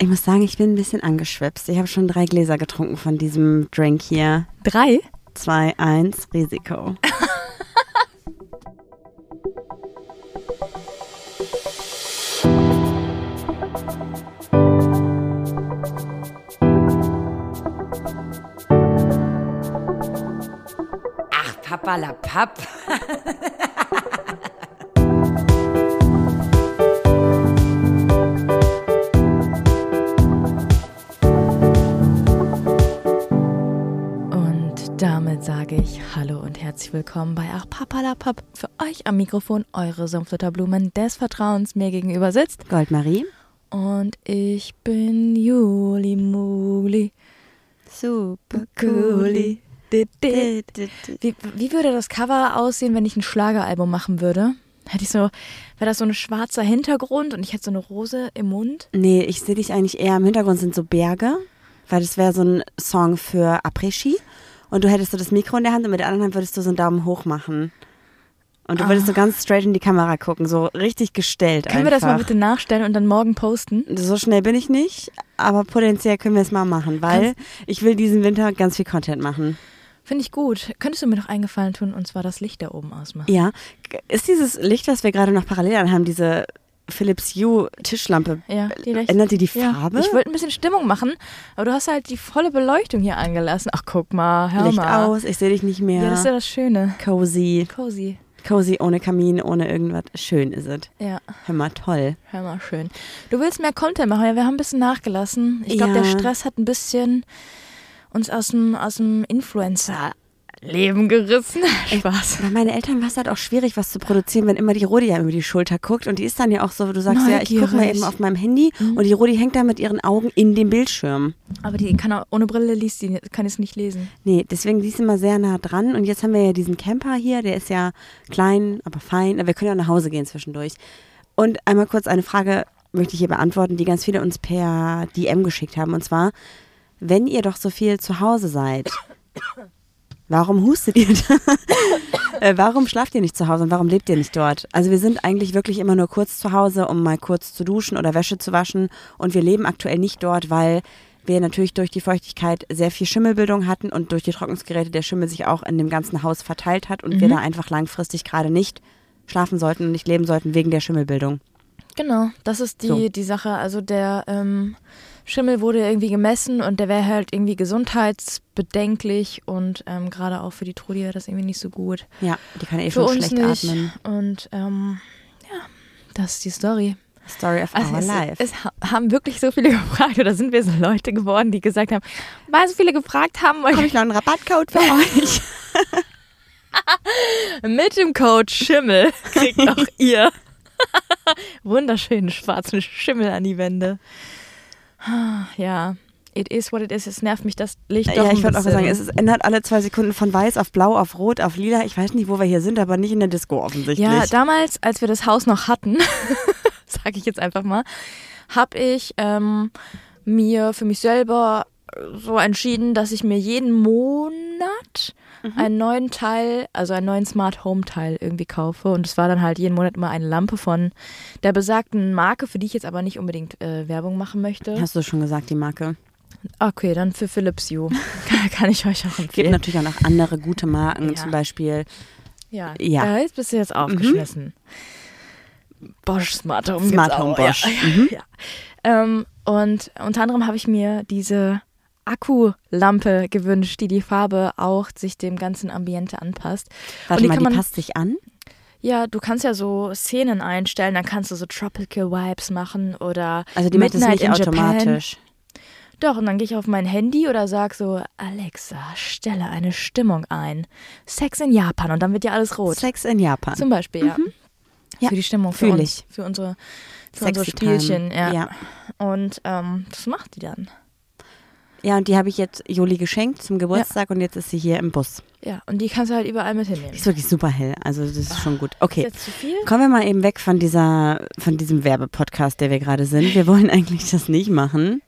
Ich muss sagen, ich bin ein bisschen angeschwipst. Ich habe schon drei Gläser getrunken von diesem Drink hier. Drei? Zwei, eins, Risiko. Ach, Papa la Papp. Und damit sage ich Hallo und herzlich willkommen bei Ach Papalapap. Für euch am Mikrofon eure Sumpfutterblumen des Vertrauens mir gegenüber sitzt. Goldmarie. Und ich bin Juli Muli. Super Cooli. Dit, dit. Wie, wie würde das Cover aussehen, wenn ich ein Schlageralbum machen würde? Hätte ich so, wäre das so ein schwarzer Hintergrund und ich hätte so eine Rose im Mund? Nee, ich sehe dich eigentlich eher im Hintergrund sind so Berge, weil das wäre so ein Song für Après-Ski. Und du hättest so das Mikro in der Hand und mit der anderen Hand würdest du so einen Daumen hoch machen. Und du würdest so ganz straight in die Kamera gucken, so richtig gestellt Ah. Können einfach. wir das mal bitte nachstellen und dann morgen posten? So schnell bin ich nicht, aber potenziell können wir es mal machen, weil ich will diesen Winter ganz viel Content machen. Finde ich gut. Könntest du mir noch eingefallen tun, und zwar das Licht da oben ausmachen? Ja, G- ist dieses Licht, was wir gerade noch parallel anhaben, diese Philips Hue Tischlampe, Ja, die rechte. ändert die die Ja. Farbe? Ich wollte ein bisschen Stimmung machen, aber du hast halt die volle Beleuchtung hier angelassen. Ach, guck mal, hör Licht mal. aus, ich sehe dich nicht mehr. Ja, das ist ja das Schöne. cozy, Cozy. cozy ohne Kamin, ohne irgendwas. Schön ist es. Ja, Hör mal, toll. hör mal, schön. Du willst mehr Content machen, ja, wir haben ein bisschen nachgelassen. Ich glaube, Ja. der Stress hat ein bisschen uns aus dem, aus dem Influencer-Leben gerissen. Spaß. Bei meinen Eltern war es halt auch schwierig, was zu produzieren, wenn immer die Rodi ja über die Schulter guckt. Und die ist dann ja auch so, du sagst ja, ich gucke mal Neugierig. eben auf meinem Handy Mhm. und die Rodi hängt da mit ihren Augen in dem Bildschirm. Aber die kann auch, ohne Brille liest die, kann es nicht lesen. Nee, deswegen die ist immer sehr nah dran. Und jetzt haben wir ja diesen Camper hier, der ist ja klein, aber fein. Aber wir können ja auch nach Hause gehen zwischendurch. Und einmal kurz eine Frage möchte ich hier beantworten, die ganz viele uns per DM geschickt haben. Und zwar, wenn ihr doch so viel zu Hause seid, warum hustet ihr da? Äh, warum schlaft ihr nicht zu Hause und warum lebt ihr nicht dort? Also wir sind eigentlich wirklich immer nur kurz zu Hause, um mal kurz zu duschen oder Wäsche zu waschen. Und wir leben aktuell nicht dort, weil wir natürlich durch die Feuchtigkeit sehr viel Schimmelbildung hatten und durch die Trocknungsgeräte der Schimmel sich auch in dem ganzen Haus verteilt hat und Mhm. wir da einfach langfristig gerade nicht schlafen sollten und nicht leben sollten wegen der Schimmelbildung. Genau, das ist die, So. die Sache. Also der ähm, Schimmel wurde irgendwie gemessen und der wäre halt irgendwie gesundheitsbedenklich und ähm, gerade auch für die Trudi wäre das irgendwie nicht so gut. Ja, die kann eh Für schon uns schlecht nicht. atmen. Und ähm, ja, das ist die Story. Story of Also our es, life. es ha- haben wirklich so viele gefragt oder sind wir so Leute geworden, die gesagt haben, weil so viele gefragt haben, Habe euch ich noch einen Rabattcode für euch? mit dem Code Schimmel kriegt auch ihr wunderschönen schwarzen Schimmel an die Wände. Ah, Ja, it is what it is. Es nervt mich das Licht doch Äh, ja, ich ein wollte auch bisschen. sagen, es ist, ändert alle zwei Sekunden von weiß auf blau, auf rot, auf lila. Ich weiß nicht, wo wir hier sind, aber nicht in der Disco offensichtlich. Ja, damals, als wir das Haus noch hatten, sage ich jetzt einfach mal, habe ich ähm, mir für mich selber so entschieden, dass ich mir jeden Monat Mhm. einen neuen Teil, also einen neuen Smart Home Teil irgendwie kaufe. Und es war dann halt jeden Monat immer eine Lampe von der besagten Marke, für die ich jetzt aber nicht unbedingt äh, Werbung machen möchte. Hast du schon gesagt, die Marke. Okay, dann für Philips Hue. Kann- Kann ich euch auch Gibt empfehlen. natürlich auch noch andere gute Marken, Ja. zum Beispiel Ja, Ja. Mhm. Äh, jetzt bist du jetzt aufgeschmissen. Bosch Smart Home. Smart gibt's Home auch. Ja, Bosch. Ja, ja. Ähm, und unter anderem habe ich mir diese Akkulampe gewünscht, die die Farbe auch sich dem ganzen Ambiente anpasst. und Warte die mal, kann man, die passt sich an. ja, du kannst ja so Szenen einstellen, dann kannst du so Tropical Vibes machen oder Also die macht das Midnight nicht in Japan. automatisch. Doch, und dann gehe ich auf mein Handy oder sag so, Alexa, stelle eine Stimmung ein. Sex in Japan und dann wird ja alles rot. Sex in Japan. Mhm. Zum Beispiel, ja. Ja, Für die Stimmung, für fühl uns, für unsere, für unsere Sexy Time. Spielchen. Ja. Ja. Und ähm, das macht die dann. ja, und die habe ich jetzt Joli geschenkt zum Geburtstag und jetzt ist sie hier im Bus. Ja, und die kannst du halt überall mit hinnehmen. Die ist wirklich super hell, also das ist schon gut. Okay, Ist jetzt zu viel? kommen wir mal eben weg von dieser, von diesem Werbepodcast, der wir gerade sind. Wir wollen eigentlich das nicht machen.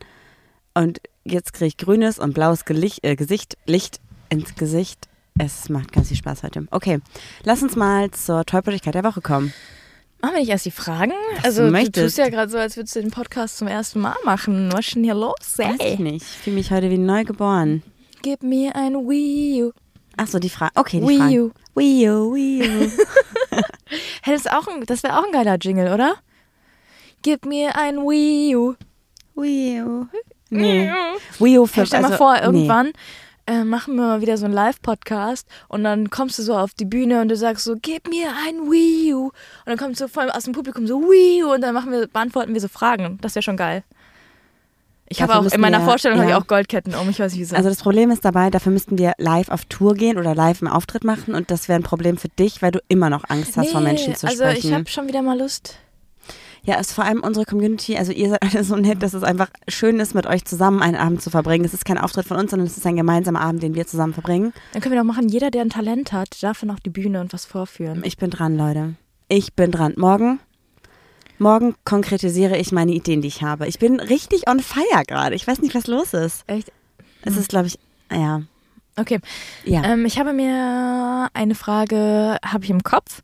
Und jetzt kriege ich grünes und blaues Gelicht, äh, Gesicht, Licht ins Gesicht. Es macht ganz viel Spaß heute. Okay, lass uns mal zur Tollpatschigkeit der Woche kommen. Machen wir nicht Ah, erst die Fragen? also, du, möchtest. tust ja gerade so, als würdest du den Podcast zum ersten Mal machen. Was ist denn hier los? Weiß ich nicht. Ich fühle mich heute wie neu geboren. Gib mir ein Wii U. Achso, die Frage. Okay, die Wii Frage. U. Wii U, Wii U. Hey, das, ist auch ein, das wäre auch ein geiler Jingle, oder? Gib mir ein Wii U. Wii U. Nee. Wii U für Hey, stell dir also, mal vor, nee. irgendwann äh, machen wir mal wieder so einen Live-Podcast und dann kommst du so auf die Bühne und du sagst so, gib mir ein Wii U. Und dann kommt so voll aus dem Publikum so Wii U und dann machen wir, beantworten wir so Fragen. Das wäre schon geil. Ich habe Dafür auch, in müssen meiner wir- Vorstellung habe ich ja. auch Goldketten um, ich weiß nicht wieso. Also das Problem ist dabei, dafür müssten wir live auf Tour gehen oder live einen Auftritt machen und das wäre ein Problem für dich, weil du immer noch Angst hast, vor Menschen zu also ich sprechen. habe schon wieder mal Lust. ja, ist vor allem unsere Community, also ihr seid alle so nett, dass es einfach schön ist, mit euch zusammen einen Abend zu verbringen. Es ist kein Auftritt von uns, sondern es ist ein gemeinsamer Abend, den wir zusammen verbringen. Dann können wir doch machen, jeder, der ein Talent hat, darf dann auf die Bühne und was vorführen. Ich bin dran, Leute. Ich bin dran. Morgen, morgen konkretisiere ich meine Ideen, die ich habe. Ich bin richtig on fire gerade. Ich weiß nicht, was los ist. Echt? Es Hm. ist, glaube ich, ja, Okay. ja. Ähm, ich habe mir eine Frage, habe ich im Kopf.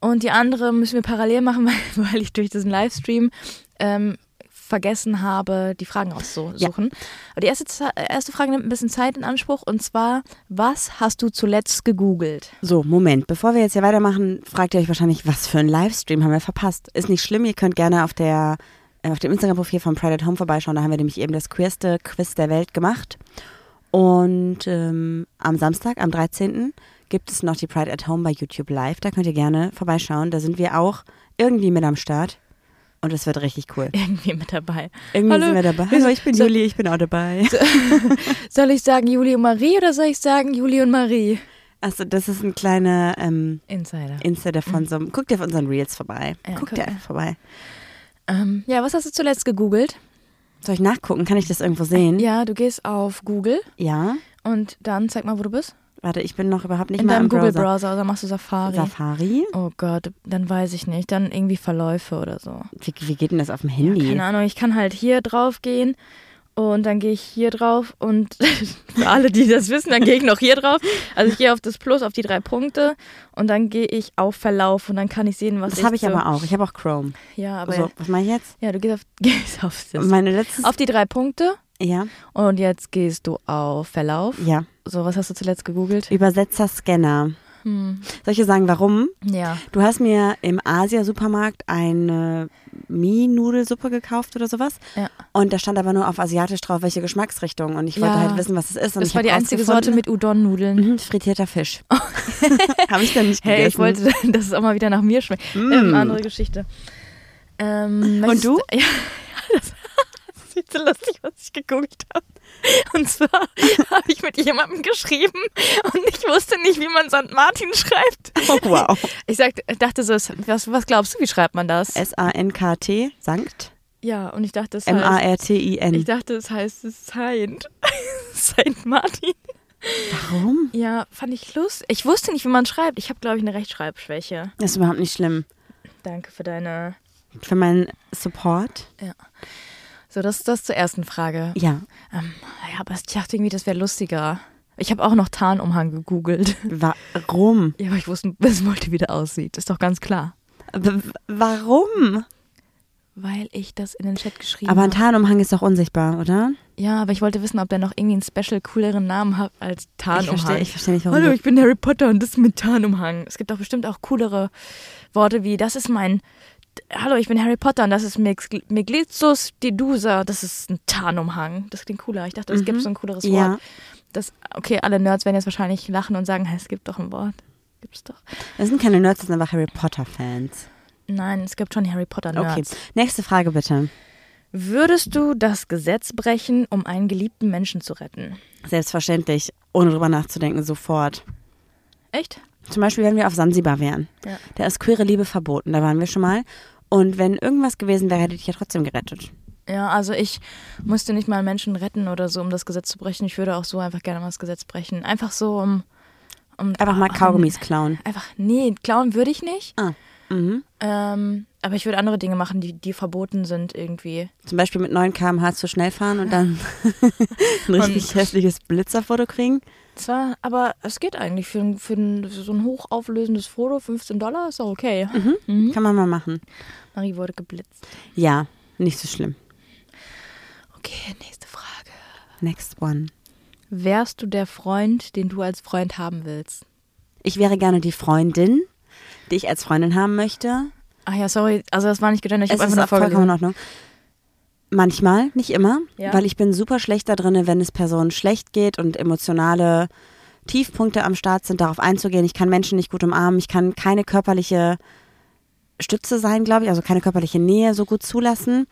Und die andere müssen wir parallel machen, weil, weil ich durch diesen Livestream ähm, vergessen habe, die Fragen auszusuchen. Aber die erste, Ze- äh, erste Frage nimmt ein bisschen Zeit in Anspruch. Und zwar, was hast du zuletzt gegoogelt? So, Moment, bevor wir jetzt hier weitermachen, fragt ihr euch wahrscheinlich, was für ein Livestream haben wir verpasst? Ist nicht schlimm, ihr könnt gerne auf der äh, auf dem Instagram-Profil von Pride at Home vorbeischauen, da haben wir nämlich eben das queerste Quiz der Welt gemacht. Und ähm, am Samstag, am 13. gibt es noch die Pride at Home bei YouTube Live, da könnt ihr gerne vorbeischauen, da sind wir auch irgendwie mit am Start und es wird richtig cool. Irgendwie mit dabei. Irgendwie Hallo. sind wir dabei. Hallo, ich bin Juli, ich bin auch dabei. Soll ich sagen Juli und Marie oder soll ich sagen Juli und Marie? Also das ist ein kleiner ähm, Insider. Insta von so einem, guckt ihr auf unseren Reels vorbei. Ja, guckt guck- ihr einfach vorbei. Ähm, ja, was hast du zuletzt gegoogelt? Soll ich nachgucken? Kann ich das irgendwo sehen? Ja, du gehst auf Google Ja. und dann zeig mal, wo du bist. Warte, ich bin noch überhaupt nicht In mal deinem im Browser. Google-Browser oder machst du Safari? Safari? Oh Gott, dann weiß ich nicht. Dann irgendwie Verläufe oder so. Wie, wie geht denn das auf dem Handy? Keine Ahnung, ich kann halt hier drauf gehen und dann gehe ich hier drauf und für alle, die das wissen, dann gehe ich noch hier drauf. Also ich gehe auf das Plus, auf die drei Punkte und dann gehe ich auf Verlauf und dann kann ich sehen, was das habe ich so, aber auch. Ich habe auch Chrome. Ja, aber so, was mache ich jetzt? ja, du gehst auf, gehst auf das. Meine letzte. Auf die drei Punkte ja, und jetzt gehst du auf Verlauf. ja. So, was hast du zuletzt gegoogelt? Übersetzer, Scanner. Hm. Soll ich dir sagen, warum? Ja. Du hast mir im Asia-Supermarkt eine Mie-Nudelsuppe gekauft oder sowas. Ja. Und da stand aber nur auf asiatisch drauf, welche Geschmacksrichtung. Und ich wollte Ja. halt wissen, was es ist. Und Das ich war hab die einzige Sorte rausgefunden- mit Udon-Nudeln. Mhm, frittierter Fisch. habe ich dann nicht gegessen. Hey, ich wollte, dass es auch mal wieder nach mir schmeckt. Ähm, andere Geschichte. Ähm, möchtest- du? Ja, das, das ist so lustig, was ich gegoogelt habe. Und zwar habe ich mit jemandem geschrieben und ich wusste nicht, wie man St. Martin schreibt. Oh, wow. Ich sagte, dachte so, was, was glaubst du, wie schreibt man das? S-A-N-K-T, Sankt. ja, und ich dachte, es heißt, ich M-A-R-T-I-N. dachte, es heißt es Saint. Saint Martin. Warum? Ja, fand ich lustig. Ich wusste nicht, wie man schreibt. Ich habe, glaube ich, eine Rechtschreibschwäche. Das ist überhaupt nicht schlimm. Danke für deine Für meinen Support? So, das ist das zur ersten Frage. Ja. Ähm, ja, aber ich dachte irgendwie, das wäre lustiger. Ich habe auch noch Tarnumhang gegoogelt. Warum? Ja, aber ich wusste, bis heute wieder aussieht. Ist doch ganz klar. W warum? Weil ich das in den Chat geschrieben Aber ein habe. Tarnumhang ist doch unsichtbar, oder? Ja, aber ich wollte wissen, ob der noch irgendwie einen special cooleren Namen hat als Ich Tarnumhang. verstehe, ich verstehe nicht, warum. Hallo, du- ich bin Harry Potter und das mit Tarnumhang. Es gibt doch bestimmt auch coolere Worte wie, das ist mein. Hallo, ich bin Harry Potter und das ist Mix- Meglizus Dedusa. Das ist ein Tarnumhang. Das klingt cooler. Ich dachte, es gibt so ein cooleres Wort. Mhm. Ja. Das, okay, alle Nerds werden jetzt wahrscheinlich lachen und sagen, "Hä, es gibt doch ein Wort. Gibt's doch. Das sind keine Nerds, das sind einfach Harry Potter-Fans. Nein, es gibt schon Harry Potter Okay. Nerds. Nächste Frage bitte. Würdest du das Gesetz brechen, um einen geliebten Menschen zu retten? Selbstverständlich, ohne drüber nachzudenken, sofort. Echt? Zum Beispiel, wenn wir auf Sansibar wären. Ja. Da ist queere Liebe verboten, da waren wir schon mal. Und wenn irgendwas gewesen wäre, hätte ich ja trotzdem gerettet. Ja, also ich musste nicht mal Menschen retten oder so, um das Gesetz zu brechen. Ich würde auch so einfach gerne mal das Gesetz brechen. Einfach so, um. um Einfach mal um- Kaugummis klauen. Einfach, nee, klauen würde ich nicht. Ah, mhm. Ähm, aber ich würde andere Dinge machen, die, die verboten sind irgendwie. Zum Beispiel mit 9 km/h zu schnell fahren und dann ein richtig hässliches Blitzerfoto kriegen. Es war, aber es geht eigentlich für, ein- für, ein, für so ein hochauflösendes Foto, 15 Dollar ist doch okay. Mhm. Kann man mal machen. Marie wurde geblitzt. Ja, nicht so schlimm. Okay, nächste Frage. Next one. Wärst du der Freund, den du als Freund haben willst? Ich wäre gerne die Freundin, die ich als Freundin haben möchte. Ach ja, sorry, also das war nicht gedacht, ich Es habe einfach ist nur auch vollkommen in vorgelesen. Ordnung. Manchmal, nicht immer, Ja. weil ich bin super schlecht da drin, wenn es Personen schlecht geht und emotionale Tiefpunkte am Start sind, darauf einzugehen. Ich kann Menschen nicht gut umarmen, ich kann keine körperliche Stütze sein, glaube ich, also keine körperliche Nähe so gut zulassen.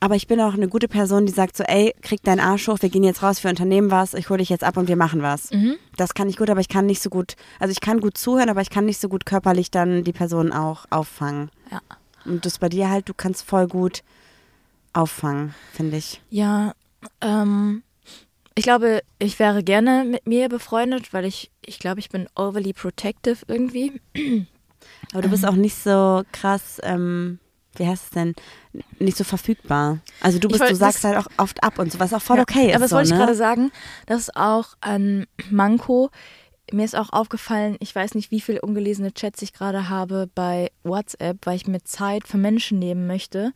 Aber ich bin auch eine gute Person, die sagt so, ey, krieg deinen Arsch hoch, wir gehen jetzt raus, wir unternehmen was, ich hole dich jetzt ab und wir machen was. Mhm. Das kann ich gut, aber ich kann nicht so gut, also ich kann gut zuhören, aber ich kann nicht so gut körperlich dann die Person auch auffangen. Ja. Und das bei dir halt, du kannst voll gut auffangen, finde ich. Ja, ähm, ich glaube, ich wäre gerne mit mir befreundet, weil ich, ich glaube, ich bin overly protective irgendwie. Aber du Ähm. bist auch nicht so krass, ähm, wie heißt es denn, nicht so verfügbar. Also du Ich bist, wollt- du sagst das- halt auch oft ab und so, was auch voll okay ist. Aber das so, wollte ich ne? gerade sagen, das ist auch ein Manko. Mir ist auch aufgefallen, ich weiß nicht, wie viele ungelesene Chats ich gerade habe bei WhatsApp, weil ich mir Zeit für Menschen nehmen möchte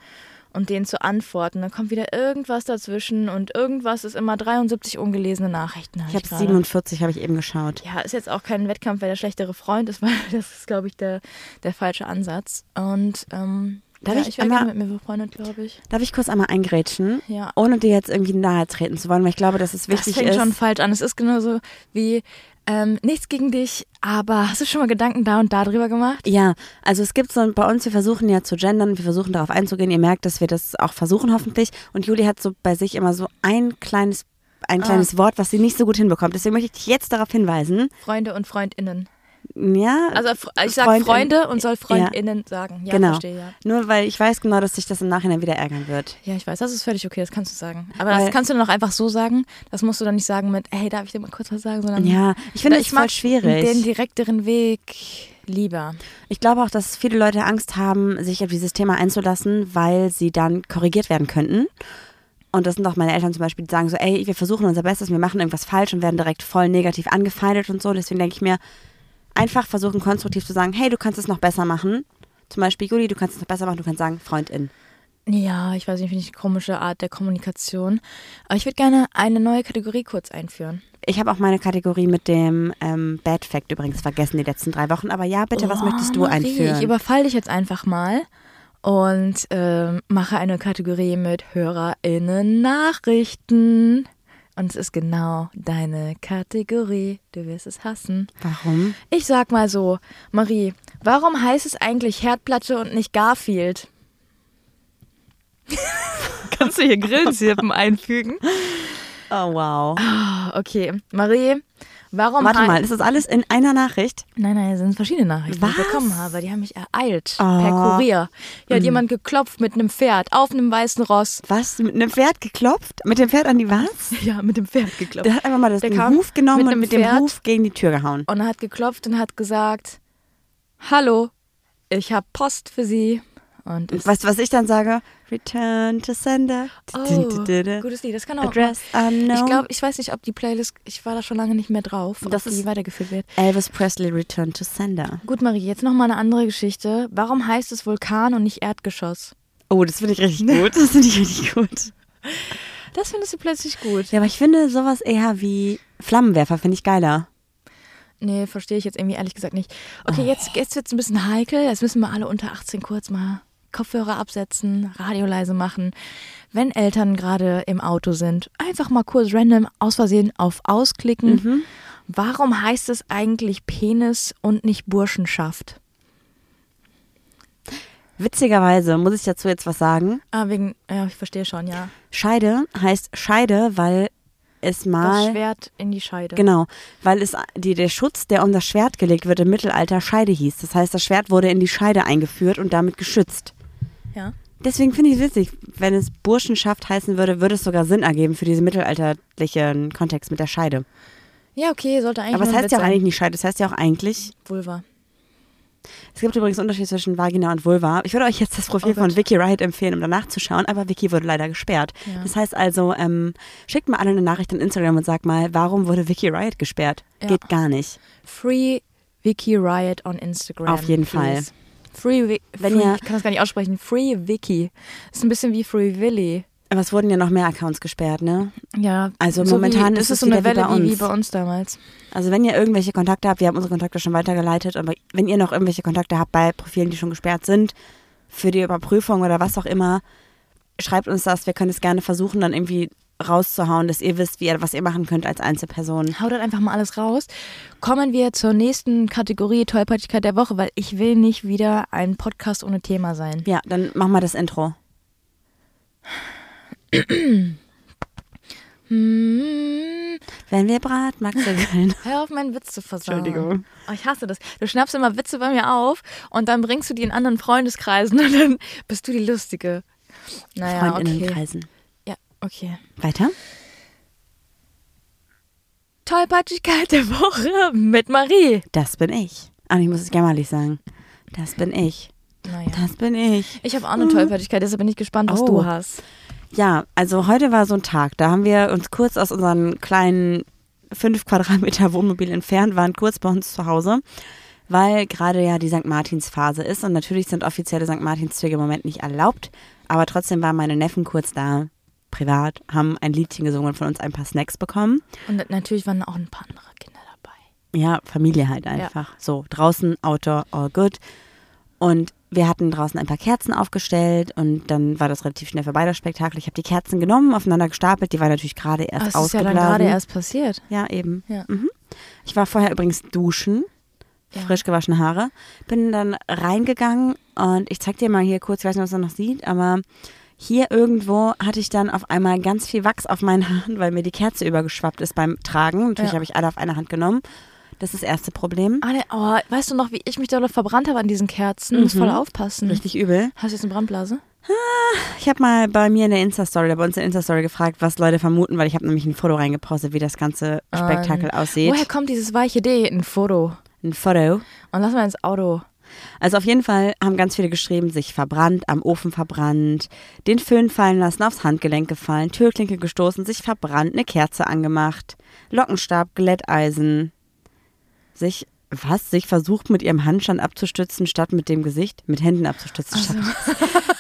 und denen zu antworten. Dann kommt wieder irgendwas dazwischen und irgendwas ist immer 73 ungelesene Nachrichten. Ich habe gerade. 47, habe ich eben geschaut. Ja, ist jetzt auch kein Wettkampf, wer der schlechtere Freund ist, weil das ist, glaube ich, der, der falsche Ansatz. Und ähm, Darf ja, ich wäre einmal- gerne mit mir befreundet, glaube ich. Darf ich kurz einmal eingrätschen? Ja. Ohne dir jetzt irgendwie nahe treten zu wollen, weil ich glaube, dass es wichtig das fängt ist. schon falsch an. Es ist genauso wie ähm, nichts gegen dich, aber hast du schon mal Gedanken da und da drüber gemacht? Ja, also es gibt so ein- bei uns, wir versuchen ja zu gendern, wir versuchen darauf einzugehen. Ihr merkt, dass wir das auch versuchen hoffentlich. Und Juli hat so bei sich immer so ein kleines, ein Ah. kleines Wort, was sie nicht so gut hinbekommt. Deswegen möchte ich dich jetzt darauf hinweisen. Freunde und Freundinnen. Ja, Also fr- ich sage Freundin- Freunde und soll Ja. Freundinnen sagen. Ja, genau. verstehe, ja. Nur weil ich weiß genau, dass dich das im Nachhinein wieder ärgern wird. Ja, ich weiß, das ist völlig okay, das kannst du sagen. Aber Weil- das kannst du dann auch einfach so sagen. Das musst du dann nicht sagen mit, hey, darf ich dir mal kurz was sagen? Sondern Ja, ich finde Oder es voll mag schwierig. den direkteren Weg lieber. Ich glaube auch, dass viele Leute Angst haben, sich auf dieses Thema einzulassen, weil sie dann korrigiert werden könnten. Und das sind auch meine Eltern zum Beispiel, die sagen so, ey, wir versuchen unser Bestes, wir machen irgendwas falsch und werden direkt voll negativ angefeindet und so. Deswegen denke ich mir, einfach versuchen konstruktiv zu sagen, hey, du kannst es noch besser machen. Zum Beispiel, Juli, du kannst es noch besser machen, du kannst sagen, Freundin. Ja, ich weiß nicht, finde ich eine komische Art der Kommunikation. Aber ich würde gerne eine neue Kategorie kurz einführen. Ich habe auch meine Kategorie mit dem ähm, Bad Fact übrigens vergessen die letzten drei Wochen. Aber ja, bitte, was Oh, möchtest du Marie, Ich einführen? überfall dich jetzt einfach mal und ähm, mache eine Kategorie mit HörerInnen Nachrichten. Und es ist genau deine Kategorie. Du wirst es hassen. Warum? Ich sag mal so, Marie, warum heißt es eigentlich Herdplatte und nicht Garfield? Kannst du hier Grillenzirpen einfügen? Oh, wow. Okay, Marie, warum Warte hei- mal, ist das alles in einer Nachricht? Nein, nein, es sind verschiedene Nachrichten, die ich Was? bekommen habe. Die haben mich ereilt per Ah. Kurier. Hier hat jemand geklopft mit einem Pferd auf einem weißen Ross. Was? Mit einem Pferd geklopft? Mit dem Pferd an die was? Ja, mit dem Pferd geklopft. Der hat einfach mal das Der den kam Huf genommen mit und einem mit dem Pferd. Huf gegen die Tür gehauen. Und er hat geklopft und hat gesagt, hallo, ich habe Post für Sie. Und es Weißt du, was ich dann sage? Return to sender. Oh, gutes Lied, das kann auch. Address unknown. Ich glaube, ich weiß nicht, ob die Playlist, ich war da schon lange nicht mehr drauf, ob Das die ist- weitergeführt wird. Elvis Presley Return to sender. Gut, Marie, jetzt noch mal eine andere Geschichte. Warum heißt es Vulkan und nicht Erdgeschoss? Oh, das finde ich richtig gut. Das finde ich richtig gut. Das findest du plötzlich gut. Ja, aber ich finde sowas eher wie Flammenwerfer, finde ich geiler. Nee, verstehe ich jetzt irgendwie ehrlich gesagt nicht. Okay, jetzt, jetzt wird es ein bisschen heikel. Jetzt müssen wir alle unter 18 kurz mal Kopfhörer absetzen, Radio leise machen. Wenn Eltern gerade im Auto sind, einfach mal kurz random aus Versehen auf ausklicken. Mhm. Warum heißt es eigentlich Penis und nicht Burschenschaft? Witzigerweise muss ich dazu jetzt was sagen. Ah, wegen, ja, ich verstehe schon, ja. Scheide heißt Scheide, weil es Das mal Schwert in die Scheide. Genau, weil es die, der Schutz, der um das Schwert gelegt wird, im Mittelalter Scheide hieß. Das heißt, das Schwert wurde in die Scheide eingeführt und damit geschützt. Ja. Deswegen finde ich es witzig, wenn es Burschenschaft heißen würde, würde es sogar Sinn ergeben für diesen mittelalterlichen Kontext mit der Scheide. ja, okay, sollte eigentlich Aber es nur ein heißt Witz ja auch sein. eigentlich nicht Scheide, es heißt ja auch eigentlich Vulva. Es gibt übrigens Unterschied zwischen Vagina und Vulva. Ich würde euch jetzt das Profil Oh von Gott. Vicky Wright empfehlen, um danach zu schauen, aber Vicky wurde leider gesperrt. Ja. Das heißt also, ähm, schickt mal alle eine Nachricht an Instagram und sagt mal, warum wurde Vicky Wright gesperrt? Ja. Geht gar nicht. Free Wiki Riot on Instagram. Auf jeden please. Free, Wi- Wenn free ihr- ich kann das gar nicht aussprechen. Free Wiki. Ist ein bisschen wie Free Willy. Aber es wurden ja noch mehr Accounts gesperrt, ne? Ja, Also so momentan wie, ist das es so eine wieder wie Welle bei wie, wie uns. bei uns damals. Also wenn ihr irgendwelche Kontakte habt, wir haben unsere Kontakte schon weitergeleitet, aber wenn ihr noch irgendwelche Kontakte habt bei Profilen, die schon gesperrt sind, für die Überprüfung oder was auch immer, schreibt uns das. Wir können es gerne versuchen, dann irgendwie rauszuhauen, dass ihr wisst, wie ihr, was ihr machen könnt als Einzelperson. Haut dann einfach mal alles raus. Kommen wir zur nächsten Kategorie Tollpatschigkeit der Woche, weil ich will nicht wieder ein Podcast ohne Thema sein. Ja, dann mach mal das Intro. Hm, Wenn wir Bratmaxe grillen. hör auf, meinen Witz zu versauen. Oh, ich hasse das. Du schnappst immer Witze bei mir auf und dann bringst du die in anderen Freundeskreisen und dann bist du die Lustige. Naja, okay. Freundinnenkreisen. Ja, okay. Weiter? Tollpatschigkeit der Woche mit Marie. Das bin ich. Ah, ich muss es jämmerlich sagen. Das bin ich. Naja. Das bin ich. Ich habe auch eine Tollpatschigkeit, deshalb bin ich gespannt, was Oh. du hast. Ja, also heute war so ein Tag, da haben wir uns kurz aus unseren kleinen fünf Quadratmeter Wohnmobil entfernt, waren kurz bei uns zu Hause, weil gerade ja die St. Martins-Phase ist und natürlich sind offizielle St. Martins-Züge im Moment nicht erlaubt, aber trotzdem waren meine Neffen kurz da, privat, haben ein Liedchen gesungen und von uns ein paar Snacks bekommen. Und natürlich waren auch ein paar andere Kinder dabei. Ja, Familie halt einfach. So, draußen, Outdoor, all good. Und wir hatten draußen ein paar Kerzen aufgestellt und dann war das relativ schnell vorbei, das Spektakel. Ich habe die Kerzen genommen, aufeinander gestapelt, die waren natürlich gerade Aber erst Ah, es ist ja dann ausgeblasen. gerade erst passiert. Ja, eben. Ja. Mhm. Ich war vorher übrigens duschen, Ja. frisch gewaschene Haare. Bin dann reingegangen und ich zeig dir mal hier kurz, ich weiß nicht, ob man noch sieht, aber hier irgendwo hatte ich dann auf einmal ganz viel Wachs auf meinen Haaren, weil mir die Kerze übergeschwappt ist beim Tragen. Natürlich Ja. habe ich alle auf eine Hand genommen. Das ist das erste Problem. Ah, ne, oh, weißt du noch, wie ich mich da verbrannt habe an diesen Kerzen? Muss voll aufpassen. Richtig übel. Hast du jetzt eine Brandblase? Ich habe mal bei mir in der Insta-Story, bei uns in der Insta-Story gefragt, was Leute vermuten, weil ich habe nämlich ein Foto reingepostet, wie das ganze Spektakel aussieht. Ah, ne. Woher kommt dieses weiche D? Ein Foto. Ein Foto. Und lass mal ins Auto. Also auf jeden Fall haben ganz viele geschrieben, sich verbrannt, am Ofen verbrannt, den Föhn fallen lassen, aufs Handgelenk gefallen, Türklinke gestoßen, sich verbrannt, eine Kerze angemacht, Lockenstab, Glätteisen, sich was? Sich versucht mit ihrem Handstand abzustützen, statt mit dem Gesicht, mit Händen abzustützen. Statt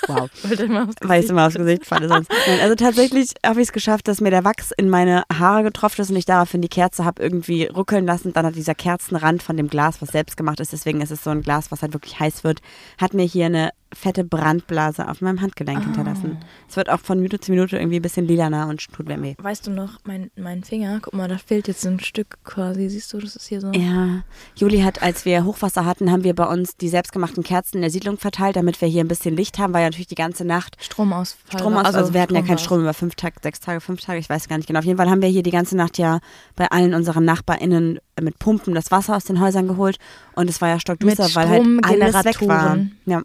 wow. Wollte immer aufs Weil ich es immer aufs Gesicht falle sonst. Nein, also tatsächlich habe ich es geschafft, dass mir der Wachs in meine Haare getroffen ist und ich daraufhin die Kerze habe irgendwie ruckeln lassen. Dann hat dieser Kerzenrand von dem Glas, was selbst gemacht ist, deswegen ist es so ein Glas, was halt wirklich heiß wird, hat mir hier eine fette Brandblase auf meinem Handgelenk hinterlassen. Es wird auch von Minute zu Minute irgendwie ein bisschen lilaner und tut mir weh. Weißt du noch, mein, mein Finger, guck mal, da fehlt jetzt ein Stück quasi. Siehst du, das ist hier so. Ja, Juli hat, als wir Hochwasser hatten, haben wir bei uns die selbstgemachten Kerzen in der Siedlung verteilt, damit wir hier ein bisschen Licht haben, weil ja natürlich die ganze Nacht Stromausfall. Strom aus, also, wir hatten ja keinen war's. Strom über fünf Tage, sechs Tage, fünf Tage, ich weiß gar nicht genau. Auf jeden Fall haben wir hier die ganze Nacht ja bei allen unseren NachbarInnen äh, mit Pumpen das Wasser aus den Häusern geholt und es war ja stockduster, Mit weil halt alles weg war. Stromgeneratoren. Ja. Und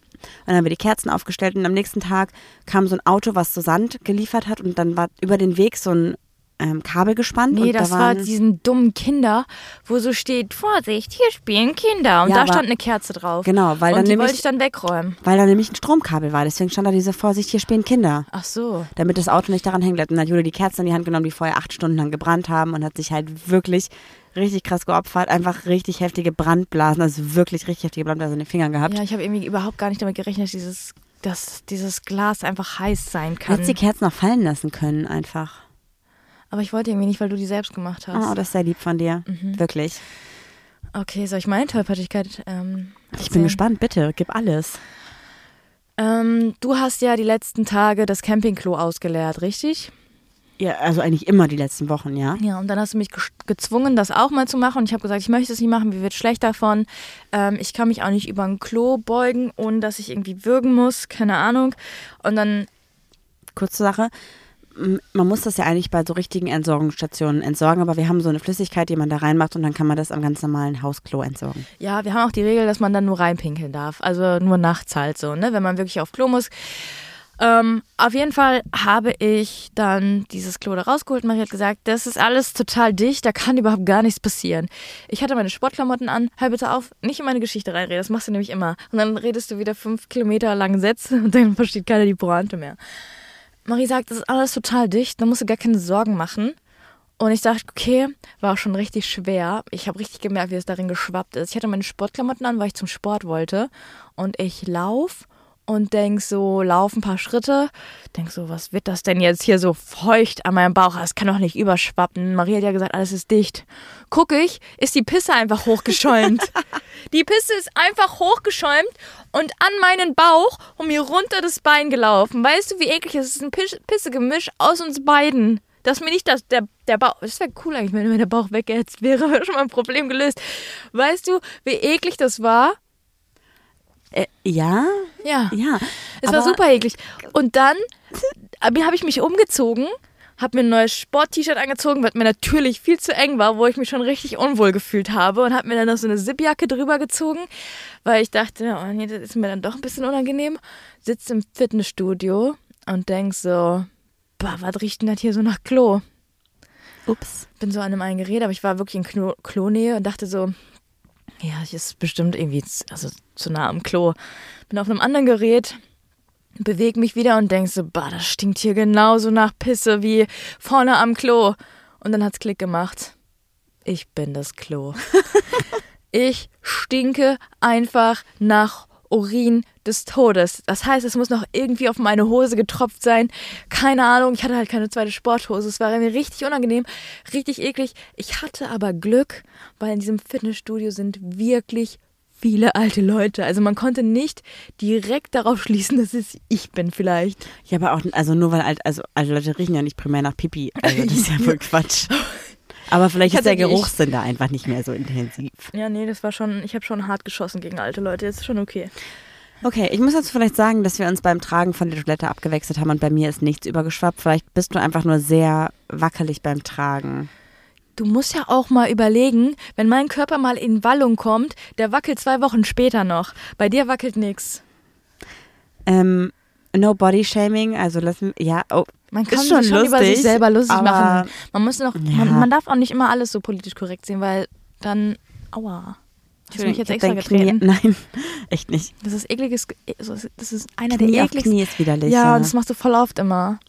dann haben wir die Kerzen aufgestellt und am nächsten Tag kam so ein Auto, was so Sand geliefert hat und dann war über den Weg so ein ähm, Kabel gespannt. Nee, und das da war waren, diesen dummen Kinder, wo so steht, Vorsicht, hier spielen Kinder. Und Ja, da aber- stand eine Kerze drauf. Genau, weil Und dann die nämlich- wollte ich dann wegräumen. weil da nämlich ein Stromkabel war, deswegen stand da diese Vorsicht, hier spielen Kinder. Ach so. damit das Auto nicht daran hängen bleibt. Und dann hat Jule die Kerzen in die Hand genommen, die vorher acht Stunden lang gebrannt haben und hat sich halt wirklich richtig krass geopfert, einfach richtig heftige Brandblasen, also wirklich richtig heftige Brandblasen in den Fingern gehabt. Ja, ich habe irgendwie überhaupt gar nicht damit gerechnet, dieses, dass dieses Glas einfach heiß sein Du hättest die kann. Kerzen auch fallen lassen können, einfach. Aber ich wollte irgendwie nicht, weil du die selbst gemacht Oh, hast. das ist sehr lieb von dir. Wirklich. Okay, soll ich meine Tollpatschigkeit ähm, Ich bin erzählen? gespannt, bitte, gib alles. Ähm, du hast ja die letzten Tage das Campingklo ausgeleert, richtig? Ja, also eigentlich immer die letzten Wochen, ja? Ja, und dann hast du mich ges- gezwungen, das auch mal zu machen. Und ich habe gesagt, ich möchte es nicht machen, mir wird schlecht davon. Ähm, ich kann mich auch nicht über ein Klo beugen, ohne dass ich irgendwie würgen muss, keine Ahnung. Und dann, kurze Sache. M- Man muss das ja eigentlich bei so richtigen Entsorgungsstationen entsorgen, aber wir haben so eine Flüssigkeit, die man da reinmacht und dann kann man das am ganz normalen Hausklo entsorgen. ja, wir haben auch die Regel, dass man dann nur reinpinkeln darf. Also nur nachts halt so, ne? Wenn man wirklich auf Klo muss. Ähm, auf jeden Fall habe ich dann dieses Klo da rausgeholt. Marie hat gesagt, das ist alles total dicht, da kann überhaupt gar nichts passieren. Ich hatte meine Sportklamotten an. Hör bitte auf, nicht in meine Geschichte reinreden, das machst du nämlich immer. Und dann redest du wieder fünf Kilometer lange Sätze und dann versteht keiner die Pointe mehr. Marie sagt, das ist alles total dicht, da musst du gar keine Sorgen machen. Und ich dachte, okay, war auch schon richtig schwer. Ich habe richtig gemerkt, wie es darin geschwappt ist. Ich hatte meine Sportklamotten an, weil ich zum Sport wollte. Und ich lauf und denk so, lauf ein paar Schritte. Denk so, was wird das denn jetzt hier so feucht an meinem Bauch? Das kann doch nicht überschwappen. Maria hat ja gesagt, alles ist dicht. Guck ich, ist die Pisse einfach hochgeschäumt. die Pisse ist einfach hochgeschäumt und an meinen Bauch und mir runter das Bein gelaufen. Weißt du, wie eklig es ist? Es ist ein Pisch- Pissegemisch aus uns beiden. Dass mir nicht das, der, der Bauch. Das wäre cool eigentlich, wenn mir der Bauch weggehetzt wäre. Schon mal ein Problem gelöst. Weißt du, wie eklig das war? Äh, ja, Ja. ja. Es aber war super eklig. Und dann habe ich mich umgezogen, habe mir ein neues Sport-T-Shirt angezogen, was mir natürlich viel zu eng war, wo ich mich schon richtig unwohl gefühlt habe und habe mir dann noch so eine Zipjacke drüber gezogen, weil ich dachte, oh nee, das ist mir dann doch ein bisschen unangenehm. Sitz im Fitnessstudio und denk so, bah, was riecht denn das hier so nach Klo? Ups. bin so an einem eigenen Gerät, aber ich war wirklich in Klo Klonähe und dachte so, ja, hier ist bestimmt irgendwie z- also zu nah am Klo. Bin auf einem anderen Gerät, bewege mich wieder und denke so, bah, das stinkt hier genauso nach Pisse wie vorne am Klo. Und dann hat's Klick gemacht. Ich bin das Klo. ich stinke einfach nach Urin des Todes. Das heißt, es muss noch irgendwie auf meine Hose getropft sein. Keine Ahnung, ich hatte halt keine zweite Sporthose. Es war mir richtig unangenehm, richtig eklig. Ich hatte aber Glück, weil in diesem Fitnessstudio sind wirklich viele alte Leute. Also man konnte nicht direkt darauf schließen, dass es ich bin vielleicht. Ja, aber auch, also nur weil alt, also alte Leute riechen ja nicht primär nach Pipi. Also das ist ja wohl Quatsch. Aber vielleicht ist der Tatsächlich. Geruchssinn da einfach nicht mehr so intensiv. Ja, nee, das war schon, ich habe schon hart geschossen gegen alte Leute. Das ist schon okay. Okay, ich muss dazu vielleicht sagen, dass wir uns beim Tragen von der Toilette abgewechselt haben und bei mir ist nichts übergeschwappt. Vielleicht bist du einfach nur sehr wackelig beim Tragen. Du musst ja auch mal überlegen, wenn mein Körper mal in Wallung kommt, der wackelt zwei Wochen später noch. Bei dir wackelt nix. Ähm, no Body Shaming, also lassen, ja, oh, Man kann ist schon sich schon über lustig, sich selber lustig aber machen. Man muss noch, man, Ja. man darf auch nicht immer alles so politisch korrekt sehen, weil dann, aua. Hast du mich jetzt ich extra hab dein Knie- getreten? Nein, echt nicht. Das ist ekliges, also es- das ist einer Knie der auf ekligsten. Knie ist widerlich. Ja, das machst du voll oft immer.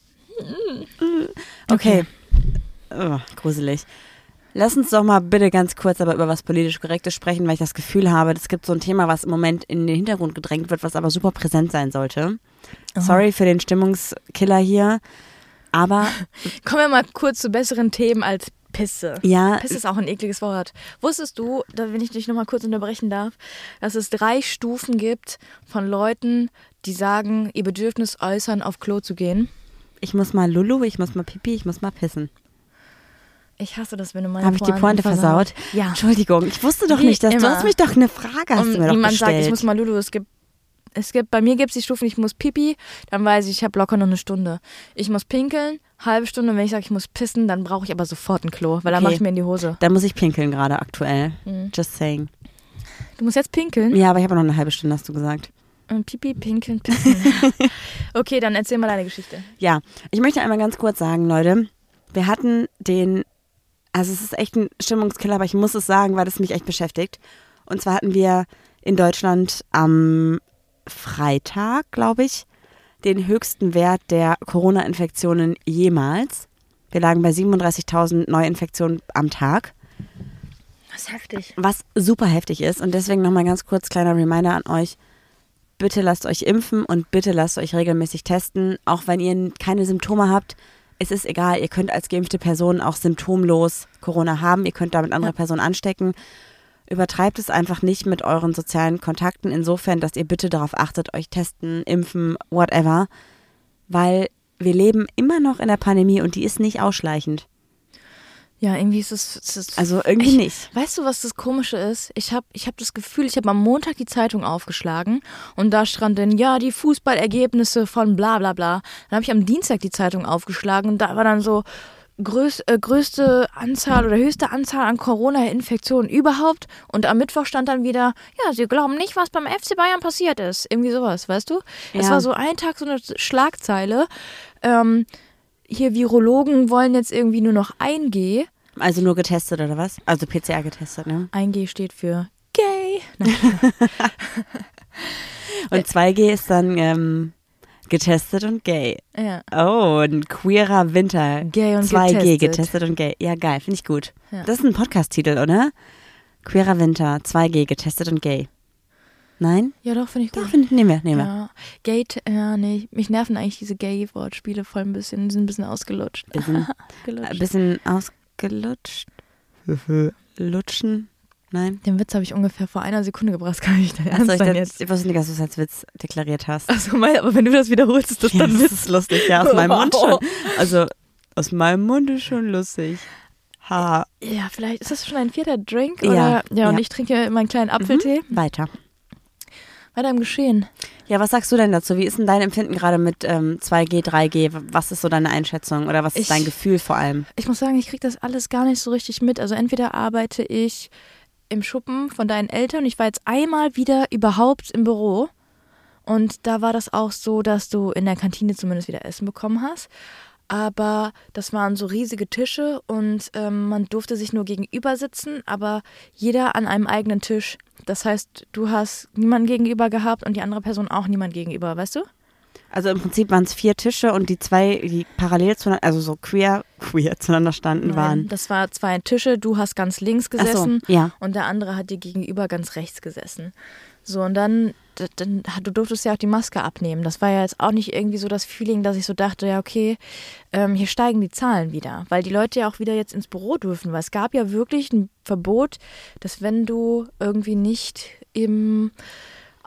Okay. Oh, gruselig. Lass uns doch mal bitte ganz kurz aber über was politisch Korrektes sprechen, weil ich das Gefühl habe, es gibt so ein Thema, was im Moment in den Hintergrund gedrängt wird, was aber super präsent sein sollte. Sorry für den Stimmungskiller hier, aber Kommen wir mal kurz zu besseren Themen als Pisse. ja, Piss ist auch ein ekliges Wort. Wusstest du, da wenn ich dich nochmal kurz unterbrechen darf, dass es drei Stufen gibt von Leuten, die sagen, ihr Bedürfnis äußern, auf Klo zu gehen? ich muss mal Lulu, ich muss mal Pipi, ich muss mal pissen. Ich hasse das, wenn du meine Habe ich die Pointen Pointe versaut? Ja. Entschuldigung, ich wusste doch Wie nicht, dass du immer. hast mich doch eine Frage hast Und du mir doch niemand gestellt. sagt, ich muss mal Lulu, es gibt es gibt, bei mir gibt es die Stufen, ich muss pipi, dann weiß ich, ich habe locker noch eine Stunde. Ich muss pinkeln, halbe Stunde, wenn ich sage, ich muss pissen, dann brauche ich aber sofort ein Klo, weil dann Okay. mache ich mir in die Hose. Mhm. da muss ich pinkeln gerade aktuell. Just saying. Du musst jetzt pinkeln? Ja, aber ich habe noch eine halbe Stunde, hast du gesagt. Und pipi, pinkeln, pissen. okay, dann erzähl mal deine Geschichte. Ja, ich möchte einmal ganz kurz sagen, Leute, wir hatten den, also es ist echt ein Stimmungskiller, aber ich muss es sagen, weil es mich echt beschäftigt. Und zwar hatten wir in Deutschland am Freitag, glaube ich, den höchsten Wert der Corona-Infektionen jemals. Wir lagen bei 37.000 Neuinfektionen am Tag Was heftig. was super heftig ist. Und deswegen nochmal ganz kurz kleiner Reminder an euch. Bitte lasst euch impfen und bitte lasst euch regelmäßig testen. Auch wenn ihr keine Symptome habt, es ist egal. Ihr könnt als geimpfte Person auch symptomlos Corona haben. Ihr könnt damit andere Personen anstecken. Übertreibt es einfach nicht mit euren sozialen Kontakten insofern, dass ihr bitte darauf achtet, euch testen, impfen, whatever. Weil wir leben immer noch in der Pandemie und die ist nicht ausschleichend. Ja, irgendwie ist es. es ist Also irgendwie ich, nicht. Weißt du, was das Komische ist? Ich habe ich hab das Gefühl, ich habe am Montag die Zeitung aufgeschlagen und da stand dann, ja, die Fußballergebnisse von bla bla bla. Dann habe ich am Dienstag die Zeitung aufgeschlagen und da war dann so, größ, äh, größte Anzahl oder höchste Anzahl an Corona-Infektionen überhaupt. Und am Mittwoch stand dann wieder, ja, sie glauben nicht, was beim FC Bayern passiert ist. Irgendwie sowas, weißt du? Es Ja. war so ein Tag so eine Schlagzeile. Ähm, hier Virologen wollen jetzt irgendwie nur noch 1G. Also nur getestet oder was? Also PCR getestet, ne? 1G steht für gay. Nein, Und 2G ist dann ähm, getestet und gay. ja. Oh, ein queerer Winter. Gay und 2G getestet. getestet und gay. Ja, geil, finde ich gut. Ja. Das ist ein Podcast-Titel, oder? Queerer Winter, 2G getestet und gay. Nein? ja, doch, finde ich gut. Doch, find, nehmen wir, nehmen wir. Ja, Gate, ja, nee, mich nerven eigentlich diese Gay-Wortspiele voll ein bisschen, die sind ein bisschen ausgelutscht. Bisschen, ein Gelutscht. bisschen ausgelutscht. Lutschen? Nein? Den Witz habe ich ungefähr vor einer Sekunde gebracht, das kann ich nicht dein Achso, Ernst ich, sein dachte- jetzt. ich wusste nicht, dass du es als Witz deklariert hast. Also, mein, aber wenn du das wiederholst, ist das Ja, dann das Witz. ist lustig, ja, aus meinem Mund schon. Wow. Also, aus meinem Mund ist schon lustig. Ha, Ja, vielleicht ist das schon ein vierter Drink Ja, oder? Ja, und ja. Mhm. ich trinke meinen kleinen Apfeltee. weiter. Weiter im Geschehen. Ja, was sagst du denn dazu? Wie ist denn dein Empfinden gerade mit ähm, 2G, 3G? W- Was ist so deine Einschätzung oder was Ich- ist dein Gefühl vor allem? Ich muss sagen, ich kriege das alles gar nicht so richtig mit. Also entweder arbeite ich im Schuppen von deinen Eltern. Ich war jetzt einmal wieder überhaupt im Büro. Und da war das auch so, dass du in der Kantine zumindest wieder Essen bekommen hast. Aber das waren so riesige Tische und ähm, man durfte sich nur gegenüber sitzen, aber jeder an einem eigenen Tisch. Das heißt, du hast niemanden gegenüber gehabt und die andere Person auch niemand gegenüber, weißt du? Also im Prinzip waren es vier Tische und die zwei, die parallel zueinander, also so queer, queer zueinander standen, waren. Das war zwei Tische, du hast ganz links Ach so, gesessen ja. und der andere hat dir gegenüber ganz rechts gesessen. So, und dann, d- dann hat- du durftest ja auch die Maske abnehmen. Das war ja jetzt auch nicht irgendwie so das Feeling, dass ich so dachte, ja, okay, ähm, hier steigen die Zahlen wieder, weil die Leute ja auch wieder jetzt ins Büro dürfen, weil es gab ja wirklich ein Verbot, dass wenn du irgendwie nicht im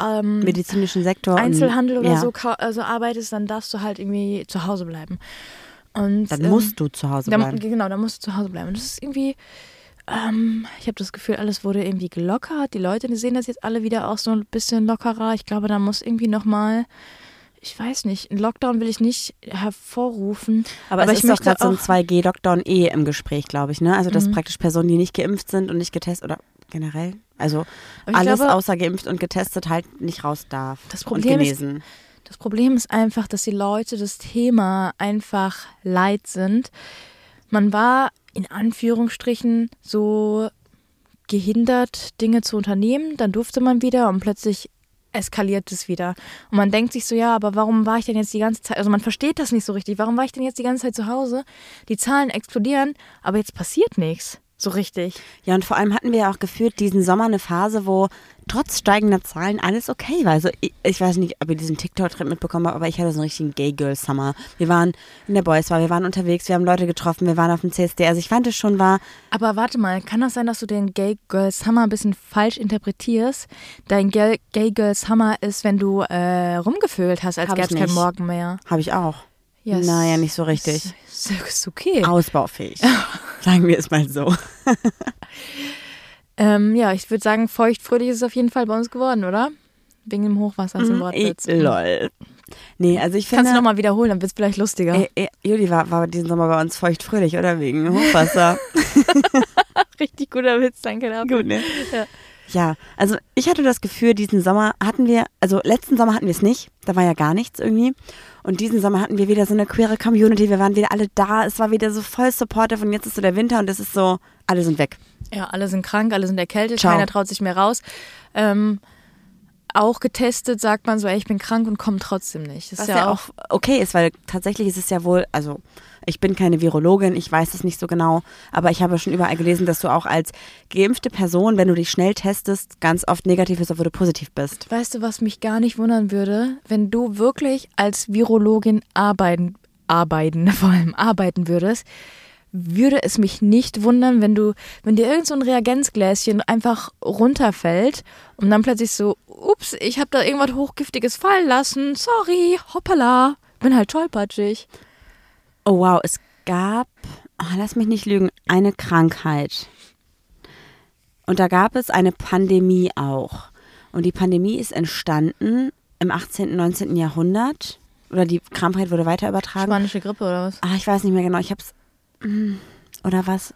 ähm, Medizinischen Sektor. Einzelhandel und, oder ja, so ka- also arbeitest, dann darfst du halt irgendwie zu Hause bleiben. Und, Dann ähm, musst du zu Hause da, bleiben. Genau, da musst du zu Hause bleiben. Und das ist irgendwie, ähm, ich habe das Gefühl, alles wurde irgendwie gelockert. Die Leute die sehen das jetzt alle wieder auch so ein bisschen lockerer. Ich glaube, da muss irgendwie nochmal, ich weiß nicht, einen Lockdown will ich nicht hervorrufen. Aber, es Also ich ist doch möchte gerade so ein auch, Mhm. 2G-Lockdown eh im Gespräch, glaube ich, ne? Also dass praktisch Personen, die nicht geimpft sind und nicht getestet oder generell, also Aber ich alles glaube- außer geimpft und getestet halt nicht raus darf. Das Problem und ist- genesen. das Problem ist einfach, dass die Leute das Thema einfach leid sind. Man war in Anführungsstrichen so gehindert, Dinge zu unternehmen. Dann durfte man wieder und plötzlich eskaliert es wieder. Und man denkt sich so, ja, aber warum war ich denn jetzt die ganze Zeit, also man versteht das nicht so richtig, warum war ich denn jetzt die ganze Zeit zu Hause? Die Zahlen explodieren, aber jetzt passiert nichts so richtig. Ja, und vor allem hatten wir ja auch geführt diesen Sommer eine Phase, wo trotz steigender Zahlen alles okay war. Also ich, ich weiß nicht, ob ihr diesen TikTok-Trend mitbekommen habt, aber ich hatte so einen richtigen Gay-Girl-Summer. Wir waren in der Boys Bar, wir waren unterwegs, wir haben Leute getroffen, wir waren auf dem CSD. Also ich fand es schon war, Aber warte mal, kann das sein, dass du den Gay Girl Summer ein bisschen falsch interpretierst? Dein Gay, Gay Girl Summer ist, wenn du äh, rumgevögelt hast, als Hab ich gäbe es keinen nicht. Morgen mehr. habe ich auch. Ja, es- Naja, nicht so richtig. Ist, ist okay. Ausbaufähig. Sagen wir es mal so. Ähm, ja, ich würde sagen, feuchtfröhlich ist es auf jeden Fall bei uns geworden, oder? Wegen dem Hochwasser Mhm. ist ein Wortwitz. Ey, lol. Nee, also ich Kannst finde. du nochmal wiederholen, dann wird es vielleicht lustiger. Ey, ey, Juli war, war diesen Sommer bei uns feuchtfröhlich, oder? Wegen Hochwasser. Richtig guter Witz, danke dafür. Gut, ne? Ja. Ja, also ich hatte das Gefühl, diesen Sommer hatten wir, also letzten Sommer hatten wir es nicht, da war ja gar nichts irgendwie. Und diesen Sommer hatten wir wieder so eine queere Community, wir waren wieder alle da, es war wieder so voll supportive und jetzt ist so der Winter und es ist so, alle sind weg. Ja, alle sind krank, alle sind erkältet, Ciao. keiner traut sich mehr raus. Ähm, auch getestet sagt man so, ey, ich bin krank und komme trotzdem nicht. Das Was ist ja, auch okay ist, weil tatsächlich ist es ja wohl, also ich bin keine Virologin, ich weiß es nicht so genau, aber ich habe schon überall gelesen, dass du auch als geimpfte Person, wenn du dich schnell testest, ganz oft negativ bist, obwohl du positiv bist. Weißt du, was mich gar nicht wundern würde, wenn du wirklich als Virologin arbeiten, arbeiten, vor allem arbeiten würdest, würde es mich nicht wundern, wenn du, wenn dir irgend so ein Reagenzgläschen einfach runterfällt und dann plötzlich so, ups, ich habe da irgendwas Hochgiftiges fallen lassen, sorry, hoppala, bin halt tollpatschig. Oh wow, es gab, oh, lass mich nicht lügen, eine Krankheit. Und da gab es eine Pandemie auch. Und die Pandemie ist entstanden im 18., 19. Jahrhundert. Oder die Krankheit wurde weiter übertragen. Spanische Grippe oder was? Ah, ich weiß nicht mehr genau. Ich habe es oder was?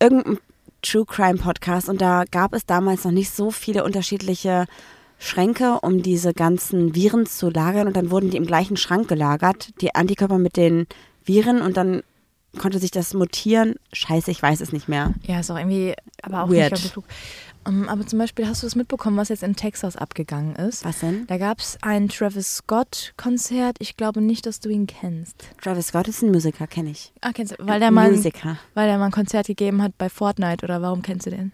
Irgendein True Crime Podcast und da gab es damals noch nicht so viele unterschiedliche Schränke, um diese ganzen Viren zu lagern und dann wurden die im gleichen Schrank gelagert, die Antikörper mit den Viren und dann konnte sich das mutieren. Scheiße, ich weiß es nicht mehr. Ja, ist auch irgendwie, aber auch Weird. nicht wirklich klug. Ähm, aber zum Beispiel hast du es mitbekommen, was jetzt in Texas abgegangen ist. Was denn? Da gab es ein Travis Scott-Konzert. Ich glaube nicht, dass du ihn kennst. Travis Scott ist ein Musiker, kenne ich. Ah, kennst du? Weil der mal, Musiker. Weil der mal ein Konzert gegeben hat bei Fortnite oder warum kennst du den?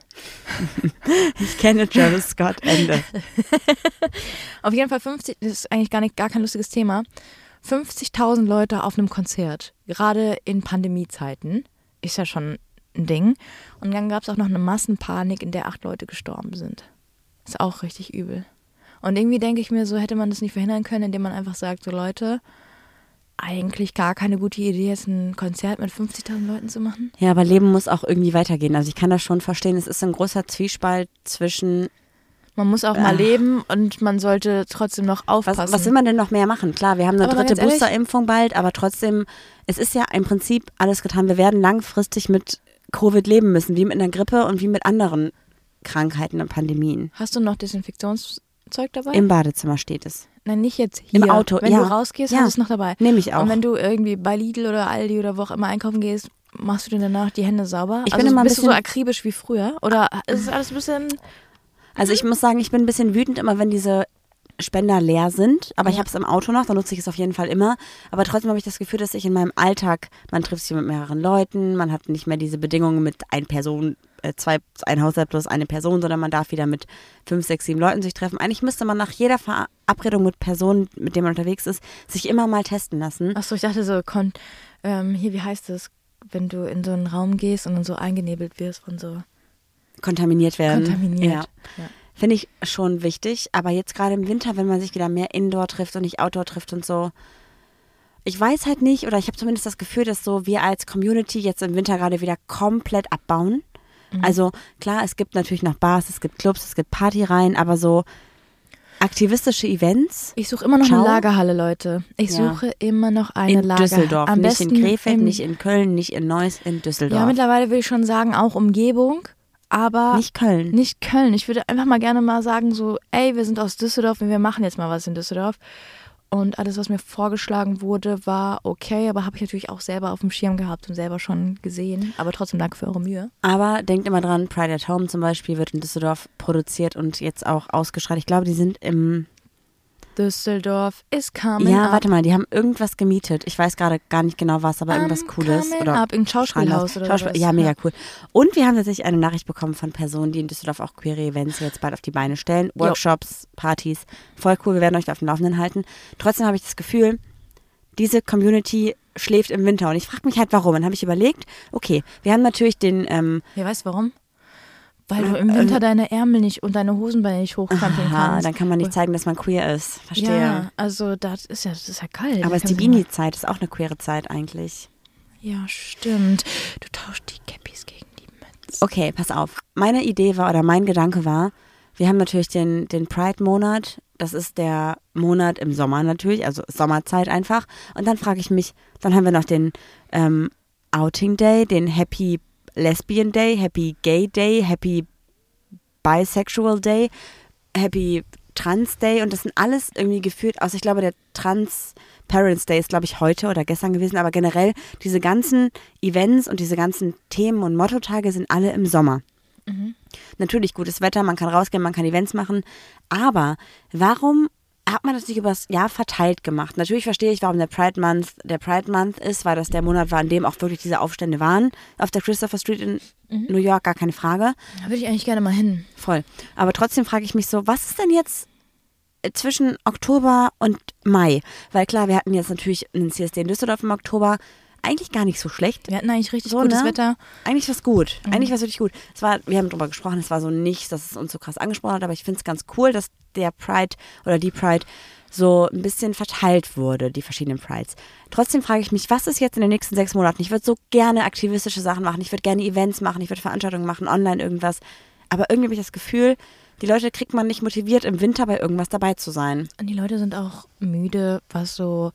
Ich kenne Travis Scott, Ende. Auf jeden Fall 50, das ist eigentlich gar, nicht, gar kein lustiges Thema. 50.000 Leute auf einem Konzert, gerade in Pandemiezeiten, ist ja schon ein Ding. Und dann gab es auch noch eine Massenpanik, in der acht Leute gestorben sind. Ist auch richtig übel. Und irgendwie denke ich mir, so hätte man das nicht verhindern können, indem man einfach sagt, so Leute, eigentlich gar keine gute Idee, jetzt ein Konzert mit 50.000 Leuten zu machen. Ja, aber Leben muss auch irgendwie weitergehen. Also ich kann das schon verstehen. Es ist ein großer Zwiespalt zwischen, Man muss auch mal leben und man sollte trotzdem noch was, aufpassen. was will man denn noch mehr machen? Klar, wir haben eine Aber mal dritte ganz ehrlich- Boosterimpfung bald, aber trotzdem, es ist ja im Prinzip alles getan. Wir werden langfristig mit Covid leben müssen, wie mit einer Grippe und wie mit anderen Krankheiten und Pandemien. Hast du noch Desinfektionszeug dabei? Im Badezimmer steht es. Nein, nicht jetzt hier. Im Auto, Wenn ja. du rausgehst, Ja. hast du es noch dabei. Nehme ich auch. Und wenn du irgendwie bei Lidl oder Aldi oder wo auch immer einkaufen gehst, machst du dir danach die Hände sauber? Ich also bin immer ein bist du so bisschen- akribisch wie früher? Oder ist es alles ein bisschen... Also ich muss sagen, ich bin ein bisschen wütend immer, wenn diese Spender leer sind. Aber ich habe es im Auto noch, dann nutze ich es auf jeden Fall immer. Aber trotzdem habe ich das Gefühl, dass ich in meinem Alltag, man trifft sich mit mehreren Leuten, man hat nicht mehr diese Bedingungen mit ein Person, äh, zwei, ein Haushalt plus eine Person, sondern man darf wieder mit fünf, sechs, sieben Leuten sich treffen. Eigentlich müsste man nach jeder Verabredung mit Personen, mit denen man unterwegs ist, sich immer mal testen lassen. Achso, ich dachte so, kon ähm, hier, wie heißt es, wenn du in so einen Raum gehst und dann so eingenebelt wirst von so Kontaminiert werden. Ja. kontaminiert. Ähm, Ja. Finde ich schon wichtig, aber jetzt gerade im Winter, wenn man sich wieder mehr Indoor trifft und nicht Outdoor trifft und so. Ich weiß halt nicht, oder ich habe zumindest das Gefühl, dass so wir als Community jetzt im Winter gerade wieder komplett abbauen. Mhm. Also klar, es gibt natürlich noch Bars, es gibt Clubs, es gibt Partyreihen, aber so aktivistische Events. Ich suche immer noch Ciao. eine Lagerhalle, Leute. Ich Ja. suche immer noch eine in Lagerhalle. Düsseldorf, Am nicht in besten Krefeld, im- nicht in Köln, nicht in Neuss, in Ja, Düsseldorf. mittlerweile würde ich schon sagen, auch Umgebung, aber... nicht Köln. Nicht Köln. Ich würde einfach mal gerne mal sagen, so, ey, wir sind aus Düsseldorf und wir machen jetzt mal was in Düsseldorf. Und alles, was mir vorgeschlagen wurde, war okay, aber habe ich natürlich auch selber auf dem Schirm gehabt und selber schon gesehen. Aber trotzdem danke für eure Mühe. Aber denkt immer dran, Pride at Home zum Beispiel wird in Düsseldorf produziert und jetzt auch ausgestrahlt. Ich glaube, die sind im Düsseldorf is coming Ja, up. warte mal, die haben irgendwas gemietet. Ich weiß gerade gar nicht genau was, aber I'm irgendwas Cooles. coming Oder up. Im Schauspielhaus Strandhaus. oder sowas. Ja, mega Ja. cool. Und wir haben tatsächlich eine Nachricht bekommen von Personen, die in Düsseldorf auch queere Events jetzt bald auf die Beine stellen. Workshops, Partys. Voll cool, wir werden euch da auf dem Laufenden halten. Trotzdem habe ich das Gefühl, diese Community schläft im Winter. Und ich frage mich halt, warum. Dann habe ich überlegt, okay, wir haben natürlich den ähm, Ja, weißt du warum? Äh, Weil du im Winter deine Ärmel nicht und deine Hosenbeine nicht hochkrempeln Ah, kannst. dann kann man nicht zeigen, dass man queer ist. Verstehe. Ja, also das ist ja, das ist ja kalt. Aber es Da ist die kann man- Beanie-Zeit, ist auch eine queere Zeit eigentlich. Ja, stimmt. Du tauschst die Cappies gegen die Mütze. Okay, pass auf. Meine Idee war oder mein Gedanke war, wir haben natürlich den, den Pride-Monat. Das ist der Monat im Sommer natürlich, also Sommerzeit einfach. Und dann frage ich mich, dann haben wir noch den ähm, Outing Day, den Happy Lesbian Day, Happy Gay Day, Happy Bisexual Day, Happy Trans Day. Und das sind alles irgendwie gefühlt, also ich glaube, der Trans Parents Day ist, glaube ich, heute oder gestern gewesen. Aber generell, diese ganzen Events und diese ganzen Themen und Mottotage sind alle im Sommer. Natürlich gutes Wetter, man kann rausgehen, man kann Events machen. Aber warum hat man das nicht übers Jahr verteilt gemacht? Natürlich verstehe ich, warum der Pride Month der Pride Month ist, weil das der Monat war, an dem auch wirklich diese Aufstände waren. Auf der Christopher Street in New York, gar keine Frage. Da würde ich eigentlich gerne mal hin. Voll. Aber trotzdem frage ich mich so, was ist denn jetzt zwischen Oktober und Mai? Weil klar, wir hatten jetzt natürlich einen CSD in Düsseldorf im Oktober. Eigentlich gar nicht so schlecht. Wir hatten eigentlich richtig So, gutes ne? Wetter. Eigentlich war es gut. Mhm. Eigentlich war es wirklich gut. Es war, wir haben drüber gesprochen, es war so nicht, dass es uns so krass angesprochen hat, aber ich finde es ganz cool, dass der Pride oder die Pride so ein bisschen verteilt wurde, die verschiedenen Prides. Trotzdem frage ich mich, was ist jetzt in den nächsten sechs Monaten? Ich würde so gerne aktivistische Sachen machen, ich würde gerne Events machen, ich würde Veranstaltungen machen, online irgendwas. Aber irgendwie habe ich das Gefühl, die Leute kriegt man nicht motiviert, im Winter bei irgendwas dabei zu sein. Und die Leute sind auch müde, was so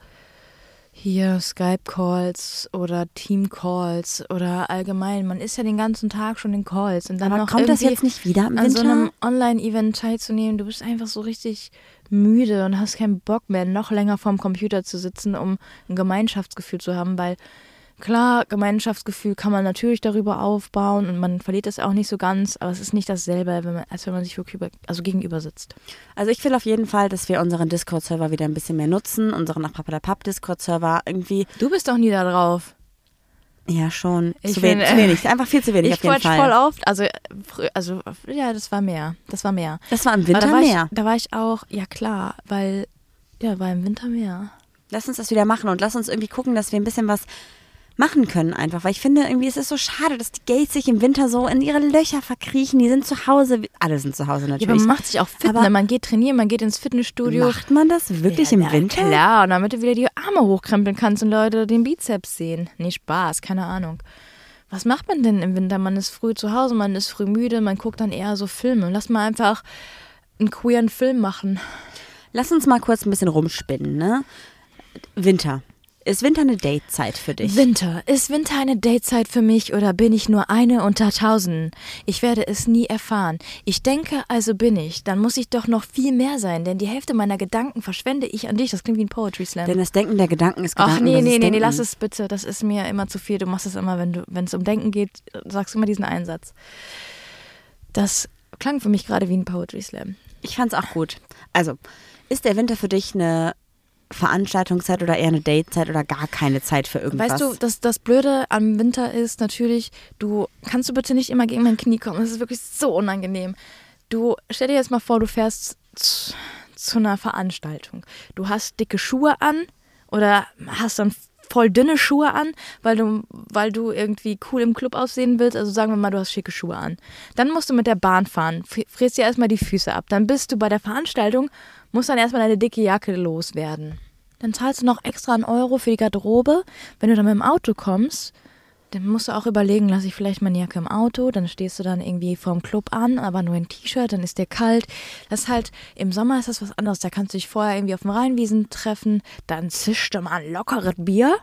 hier Skype-Calls oder Team-Calls oder allgemein. Man ist ja den ganzen Tag schon in Calls und dann Aber noch kommt das irgendwie jetzt nicht wieder im an so einem Winter? Online-Event teilzunehmen. Du bist einfach so richtig müde und hast keinen Bock mehr, noch länger vorm Computer zu sitzen, um ein Gemeinschaftsgefühl zu haben, weil klar, Gemeinschaftsgefühl kann man natürlich darüber aufbauen und man verliert das auch nicht so ganz, aber es ist nicht dasselbe, wenn man, als wenn man sich wirklich über, also gegenüber sitzt. Also ich will auf jeden Fall, dass wir unseren Discord-Server wieder ein bisschen mehr nutzen, unseren nach Papa der Papp Discord-Server irgendwie. Du bist doch nie da drauf. Ja, schon. Ich zu, wen bin- zu wenig. Einfach viel zu wenig Ich auf jeden quatsch Fall. voll oft, also, äh, frü- also ja, das war mehr, das war mehr. Das war im Aber Winter da war mehr. Ich, da war ich auch, ja klar, weil, ja, war im Winter mehr. Lass uns das wieder machen und lass uns irgendwie gucken, dass wir ein bisschen was machen können einfach. Weil ich finde, irgendwie ist es so schade, dass die Gays sich im Winter so in ihre Löcher verkriechen. Die sind zu Hause. Alle sind zu Hause Ja, aber natürlich. man macht sich auch fit, Aber- ne? man geht trainieren, man geht ins Fitnessstudio. Macht man das wirklich ja, im na Winter? Klar, und damit du wieder die Arme hochkrempeln kannst und Leute den Bizeps sehen. Nee, Spaß, keine Ahnung. Was macht man denn im Winter? Man ist früh zu Hause, man ist früh müde, man guckt dann eher so Filme. Lass mal einfach einen queeren Film machen. Lass uns mal kurz ein bisschen rumspinnen, ne? Winter. Ist Winter eine Datezeit für dich? Winter. Ist Winter eine Datezeit für mich oder bin ich nur eine unter Tausenden? Ich werde es nie erfahren. Ich denke, also bin ich. Dann muss ich doch noch viel mehr sein, denn die Hälfte meiner Gedanken verschwende ich an dich. Das klingt wie ein Poetry Slam. Denn das Denken der Gedanken ist Gedanken, Ach nee, das ist nee, nee, nee, Denken. lass es bitte. Das ist mir immer zu viel. Du machst es immer, wenn du, wenn es um Denken geht, sagst du immer diesen Einsatz. Das klang für mich gerade wie ein Poetry Slam. Ich fand's auch gut. Also, ist der Winter für dich eine Veranstaltungszeit oder eher eine Datezeit oder gar keine Zeit für irgendwas? Weißt du, dass das Blöde am Winter ist natürlich, du kannst du bitte nicht immer gegen mein Knie kommen. Das ist wirklich so unangenehm. Du stell dir jetzt mal vor, du fährst zu, zu einer Veranstaltung. Du hast dicke Schuhe an oder hast dann voll dünne Schuhe an, weil du, weil du irgendwie cool im Club aussehen willst. Also sagen wir mal, du hast schicke Schuhe an. Dann musst du mit der Bahn fahren, fri- frierst dir erstmal die Füße ab. Dann bist du bei der Veranstaltung, musst dann erstmal deine dicke Jacke loswerden. Dann zahlst du noch extra einen Euro für die Garderobe. Wenn du dann mit dem Auto kommst, dann musst du auch überlegen, lasse ich vielleicht meine Jacke im Auto, dann stehst du dann irgendwie vorm Club an, aber nur ein T-Shirt, dann ist dir kalt. Das ist halt, im Sommer ist das was anderes. Da kannst du dich vorher irgendwie auf dem Rheinwiesen treffen, dann zischt du mal ein lockeres Bier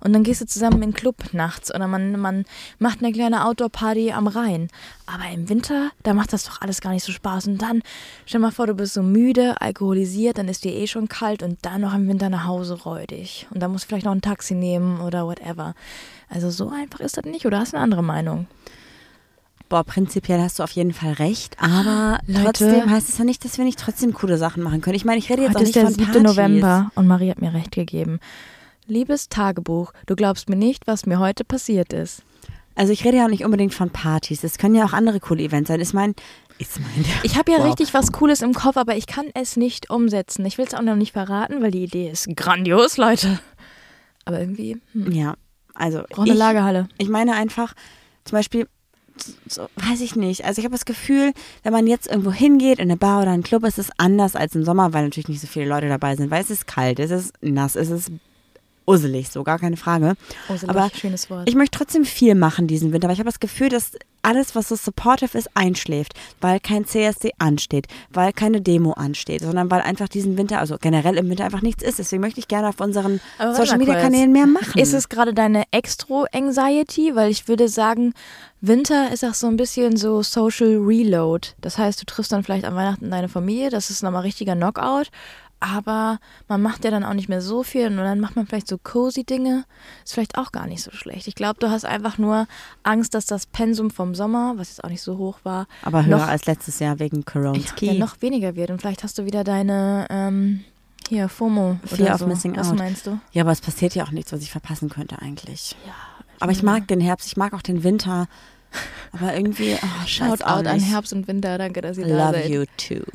und dann gehst du zusammen in den Club nachts oder man, man macht eine kleine Outdoor-Party am Rhein. Aber im Winter, da macht das doch alles gar nicht so Spaß. Und dann, stell mal vor, du bist so müde, alkoholisiert, dann ist dir eh schon kalt und dann noch im Winter nach Hause räudig. Und dann musst du vielleicht noch ein Taxi nehmen oder whatever. Also so einfach ist das nicht. Oder hast du eine andere Meinung? Boah, prinzipiell hast du auf jeden Fall recht, aber Ah, Leute. trotzdem heißt es ja nicht, dass wir nicht trotzdem coole Sachen machen können. Ich meine, ich rede jetzt Heute auch ist nicht der von 7. Partys. November und Marie hat mir recht gegeben. Liebes Tagebuch, du glaubst mir nicht, was mir heute passiert ist. Also ich rede ja auch nicht unbedingt von Partys. Es können ja auch andere coole Events sein. Ist mein, ist mein. Ich habe ja Wow. richtig was Cooles im Kopf, aber ich kann es nicht umsetzen. Ich will es auch noch nicht verraten, weil die Idee ist grandios, Leute. Aber irgendwie, hm, Ja, also braucht eine ich, Lagerhalle. Ich meine einfach, zum Beispiel, so, weiß ich nicht. Also ich habe das Gefühl, wenn man jetzt irgendwo hingeht, in eine Bar oder einen Club, ist es anders als im Sommer, weil natürlich nicht so viele Leute dabei sind, weil es ist kalt, es ist nass, es ist usselig, so gar keine Frage. Urselig, aber schönes Wort. Ich möchte trotzdem viel machen diesen Winter, aber ich habe das Gefühl, dass alles, was so supportive ist, einschläft, weil kein CSD ansteht, weil keine Demo ansteht, sondern weil einfach diesen Winter, also generell im Winter einfach nichts ist. Deswegen möchte ich gerne auf unseren Aber warte mal Social-Media-Kanälen mehr machen. Ist es gerade deine Extro-Anxiety? Weil ich würde sagen, Winter ist auch so ein bisschen so Social Reload. Das heißt, du triffst dann vielleicht an Weihnachten deine Familie, das ist nochmal richtiger Knockout. Aber man macht ja dann auch nicht mehr so viel und dann macht man vielleicht so cozy Dinge. Ist vielleicht auch gar nicht so schlecht. Ich glaube, du hast einfach nur Angst, dass das Pensum vom Sommer, was jetzt auch nicht so hoch war, aber höher noch, als letztes Jahr wegen Koronski. ja, noch weniger wird. Und vielleicht hast du wieder deine ähm, hier FOMO Fear oder of so. missing was out. meinst du? Ja, aber es passiert ja auch nichts, was ich verpassen könnte eigentlich. Ja, Aber ich mag den Herbst, ich mag auch den Winter. Aber irgendwie, oh, scheiß auch Shoutout an nicht. Herbst und Winter, danke, dass ihr da Love seid. you too.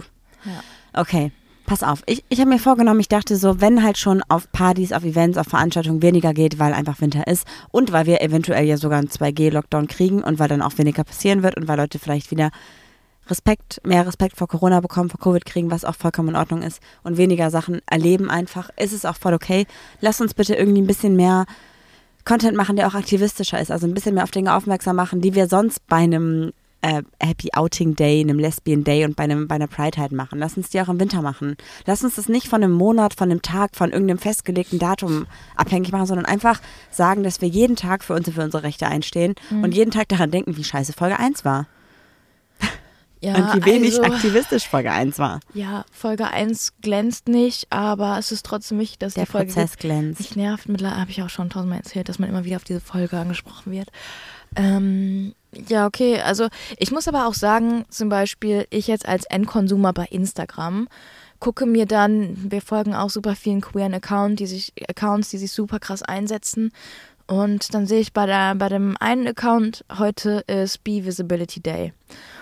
Ja. Okay, pass auf. Ich, ich habe mir vorgenommen, ich dachte so, wenn halt schon auf Partys, auf Events, auf Veranstaltungen weniger geht, weil einfach Winter ist und weil wir eventuell ja sogar einen 2G-Lockdown kriegen und weil dann auch weniger passieren wird und weil Leute vielleicht wieder Respekt, mehr Respekt vor Corona bekommen, vor Covid kriegen, was auch vollkommen in Ordnung ist und weniger Sachen erleben einfach, ist es auch voll okay. Lass uns bitte irgendwie ein bisschen mehr Content machen, der auch aktivistischer ist, also ein bisschen mehr auf Dinge aufmerksam machen, die wir sonst bei einem äh, Happy Outing Day, einem Lesbian Day und bei, einem, bei einer Pride halt machen. Lass uns die auch im Winter machen. Lass uns das nicht von einem Monat, von einem Tag, von irgendeinem festgelegten Datum abhängig machen, sondern einfach sagen, dass wir jeden Tag für uns und für unsere Rechte einstehen Mhm. und jeden Tag daran denken, wie scheiße Folge 1 war. Ja, und wie wenig also, aktivistisch Folge 1 war. Ja, Folge 1 glänzt nicht, aber es ist trotzdem wichtig, dass Der die Folge Prozess glänzt. Mich nervt, mittlerweile habe ich auch schon tausendmal erzählt, dass man immer wieder auf diese Folge angesprochen wird. Ähm, ja, okay. Also ich muss aber auch sagen, zum Beispiel ich jetzt als Endkonsumer bei Instagram gucke mir dann, wir folgen auch super vielen queeren Account, die sich, Accounts, die sich super krass einsetzen. Und dann sehe ich bei, der, bei dem einen Account, heute ist B-Visibility Day.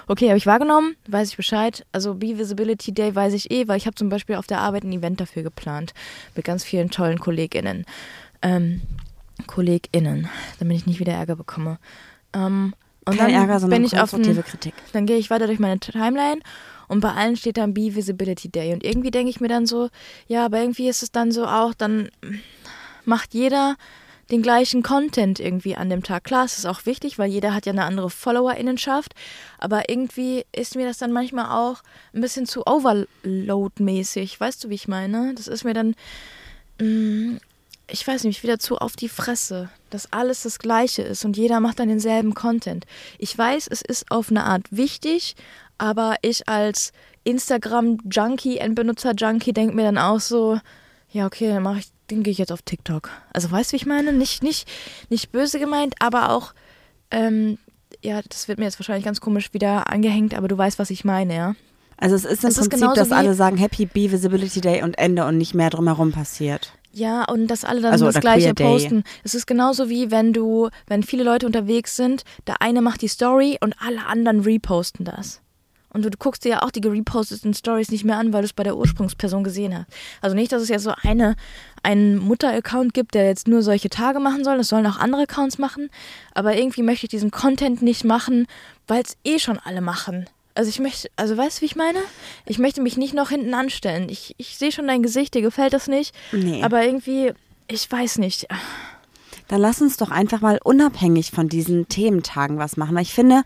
Okay, habe ich wahrgenommen, weiß ich Bescheid. Also B-Visibility Day weiß ich eh, weil ich habe zum Beispiel auf der Arbeit ein Event dafür geplant. Mit ganz vielen tollen KollegInnen. Ähm, KollegInnen, damit ich nicht wieder Ärger bekomme. Ähm, und Kein dann Ärger, sondern bin ich auf konstruktive den, Kritik. dann gehe ich weiter durch meine Timeline und bei allen steht dann B-Visibility Day. Und irgendwie denke ich mir dann so, ja, aber irgendwie ist es dann so auch, dann macht jeder den gleichen Content irgendwie an dem Tag. Klar, es ist auch wichtig, weil jeder hat ja eine andere Followerinnenschaft, aber irgendwie ist mir das dann manchmal auch ein bisschen zu overload-mäßig. Weißt du, wie ich meine? Das ist mir dann, mm, ich weiß nicht, wieder zu auf die Fresse, dass alles das gleiche ist und jeder macht dann denselben Content. Ich weiß, es ist auf eine Art wichtig, aber ich als Instagram-Junkie, Endbenutzer-Junkie, denke mir dann auch so, ja, okay, dann mache ich, den gehe ich jetzt auf TikTok. Also weißt du, wie ich meine? Nicht, nicht, nicht böse gemeint, aber auch, ähm, ja, das wird mir jetzt wahrscheinlich ganz komisch wieder angehängt, aber du weißt, was ich meine, ja. Also es ist im Es ist Prinzip, genauso dass wie- alle sagen Happy Bee Visibility Day und Ende und nicht mehr drumherum passiert. Ja, und dass alle dann Also, das oder Queer gleiche Day. posten. Es ist genauso wie wenn du, wenn viele Leute unterwegs sind, der eine macht die Story und alle anderen reposten das. Und du, du guckst dir ja auch die gereposteten Stories nicht mehr an, weil du es bei der Ursprungsperson gesehen hast. Also nicht, dass es jetzt so eine, einen Mutter-Account gibt, der jetzt nur solche Tage machen soll. Das sollen auch andere Accounts machen. Aber irgendwie möchte ich diesen Content nicht machen, weil es eh schon alle machen. Also ich möchte, also weißt du, wie ich meine? Ich möchte mich nicht noch hinten anstellen. Ich, ich sehe schon dein Gesicht, dir gefällt das nicht. Nee. Aber irgendwie, ich weiß nicht. Dann lass uns doch einfach mal unabhängig von diesen Thementagen was machen. Weil ich finde,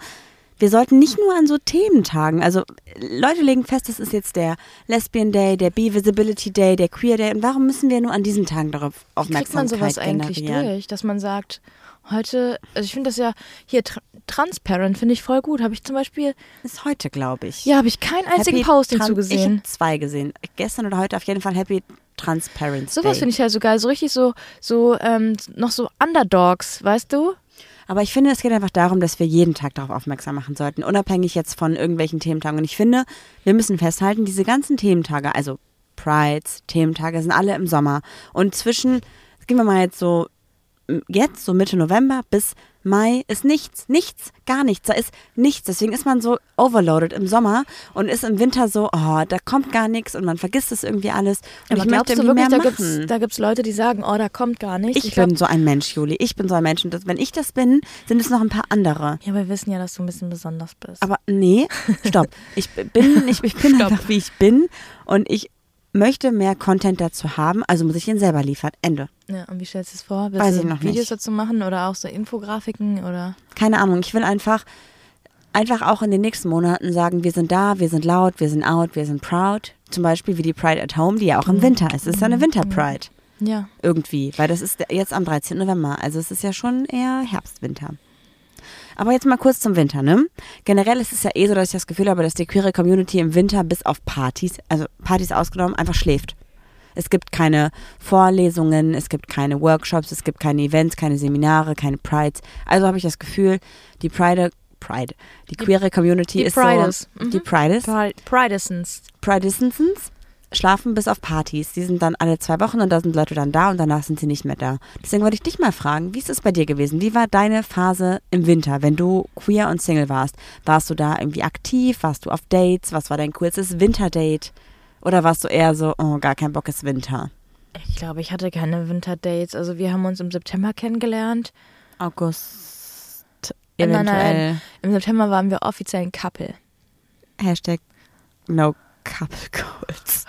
wir sollten nicht nur an so Thementagen, also Leute legen fest, das ist jetzt der Lesbian Day, der B-Visibility Day, der Queer Day. Und warum müssen wir nur an diesen Tagen darauf Kriegt man Aufmerksamkeit sowas eigentlich generieren? durch, dass man sagt, heute, also ich finde das ja hier tra transparent, finde ich voll gut. Habe ich zum Beispiel, Ist heute, glaube ich. ja, habe ich keinen einzigen Happy Post Tran- Ich hinzugesehen. hab zwei gesehen. Gestern oder heute auf jeden Fall Happy Transparency Sowas Day. finde ich halt so geil, so richtig so, so ähm, noch so Underdogs, weißt du? Aber ich finde, es geht einfach darum, dass wir jeden Tag darauf aufmerksam machen sollten, unabhängig jetzt von irgendwelchen Thementagen. Und ich finde, wir müssen festhalten, diese ganzen Thementage, also Prides, Thementage, sind alle im Sommer. Und zwischen, gehen wir mal jetzt so, m, jetzt, so Mitte November bis Mai, ist nichts, nichts, gar nichts. Da ist nichts. Deswegen ist man so overloaded im Sommer und ist im Winter so, oh, da kommt gar nichts und man vergisst es irgendwie alles. Und Aber ich glaubst möchte du irgendwie wirklich, da mehr gibt machen. es da gibt's Leute, die sagen, oh, da kommt gar nichts. Ich, bin so ein Mensch, Juli. Ich bin so ein Mensch. Und das, wenn ich das bin, sind es noch ein paar andere. ja, wir wissen ja, dass du ein bisschen besonders bist. Aber nee, stopp. Ich b- bin, ich, ich bin einfach, wie ich bin. Und ich möchte mehr Content dazu haben. Also muss ich ihn selber liefern. Ende. ja, und wie stellst du es vor? Willst Weiß du ich noch Videos nicht. dazu machen oder auch so Infografiken oder? Keine Ahnung. Ich will einfach, einfach auch in den nächsten Monaten sagen, wir sind da, wir sind laut, wir sind out, wir sind proud. Zum Beispiel wie die Pride at Home, die ja auch im Winter ist. Es ist ja eine Winter-Pride. Ja. Irgendwie. Weil das ist jetzt am 13. November. Also es ist ja schon eher Herbst, Winter. Aber jetzt mal kurz zum Winter, ne? Generell ist es ja eh so, dass ich das Gefühl habe, dass die queere Community im Winter bis auf Partys, also Partys ausgenommen, einfach schläft. Es gibt keine Vorlesungen, es gibt keine Workshops, es gibt keine Events, keine Seminare, keine Prides. Also habe ich das Gefühl, die Pride, Pride, die queere Community die ist Prides. so, Mhm. die Prides, Pridesons. Pride-Distances schlafen bis auf Partys. Die sind dann alle zwei Wochen und da sind Leute dann da und danach sind sie nicht mehr da. Deswegen wollte ich dich mal fragen, wie ist es bei dir gewesen? Wie war deine Phase im Winter, wenn du queer und Single warst? Warst du da irgendwie aktiv? Warst du auf Dates? Was war dein kurzes Winterdate? Oder warst du eher so, oh, gar kein Bock ist Winter? Ich glaube, ich hatte keine Winterdates. Also wir haben uns im September kennengelernt. August Äh, Nein, nein, eventuell. Im September waren wir offiziell ein Couple. Hashtag no couple goals.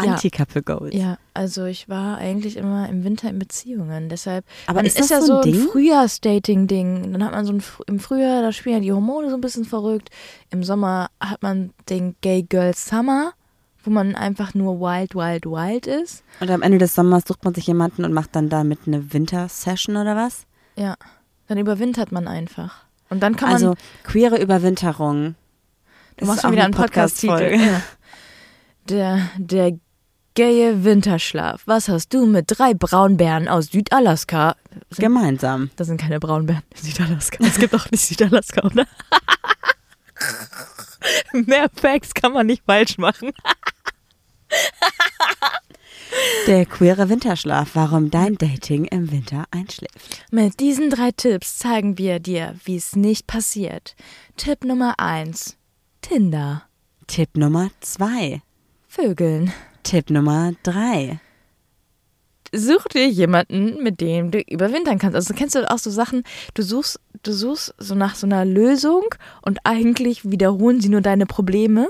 Ja. Anti-Couple Goals. Ja, also ich war eigentlich immer im Winter in Beziehungen. Deshalb Aber dann ist das ja so so ein ein Ding? Frühjahrsdating-Ding. Dann hat man so ein Fr- im Frühjahr, da spielen ja die Hormone so ein bisschen verrückt. Im Sommer hat man den Gay Girl Summer, wo man einfach nur wild, wild, wild ist. Und am Ende des Sommers sucht man sich jemanden und macht dann damit eine Winter-Session oder was? Ja. Dann überwintert man einfach. Und dann kann man. also queere Überwinterung. du ist machst auch schon wieder eine einen Podcast-Titel. Podcast-Folge. ja. Der, der gaye Winterschlaf. Was hast du mit drei Braunbären aus Südalaska? Sind Gemeinsam. Da sind keine Braunbären in Südalaska. Es gibt auch nicht Südalaska, oder? Mehr Facts kann man nicht falsch machen. Der queere Winterschlaf, warum dein Dating im Winter einschläft. Mit diesen drei Tipps zeigen wir dir, wie es nicht passiert. Tipp Nummer 1. Tinder. Tipp Nummer zwei. Vögeln. Tipp Nummer drei. Such dir jemanden, mit dem du überwintern kannst. Also kennst du auch so Sachen, du suchst, du suchst so nach so einer Lösung und eigentlich wiederholen sie nur deine Probleme.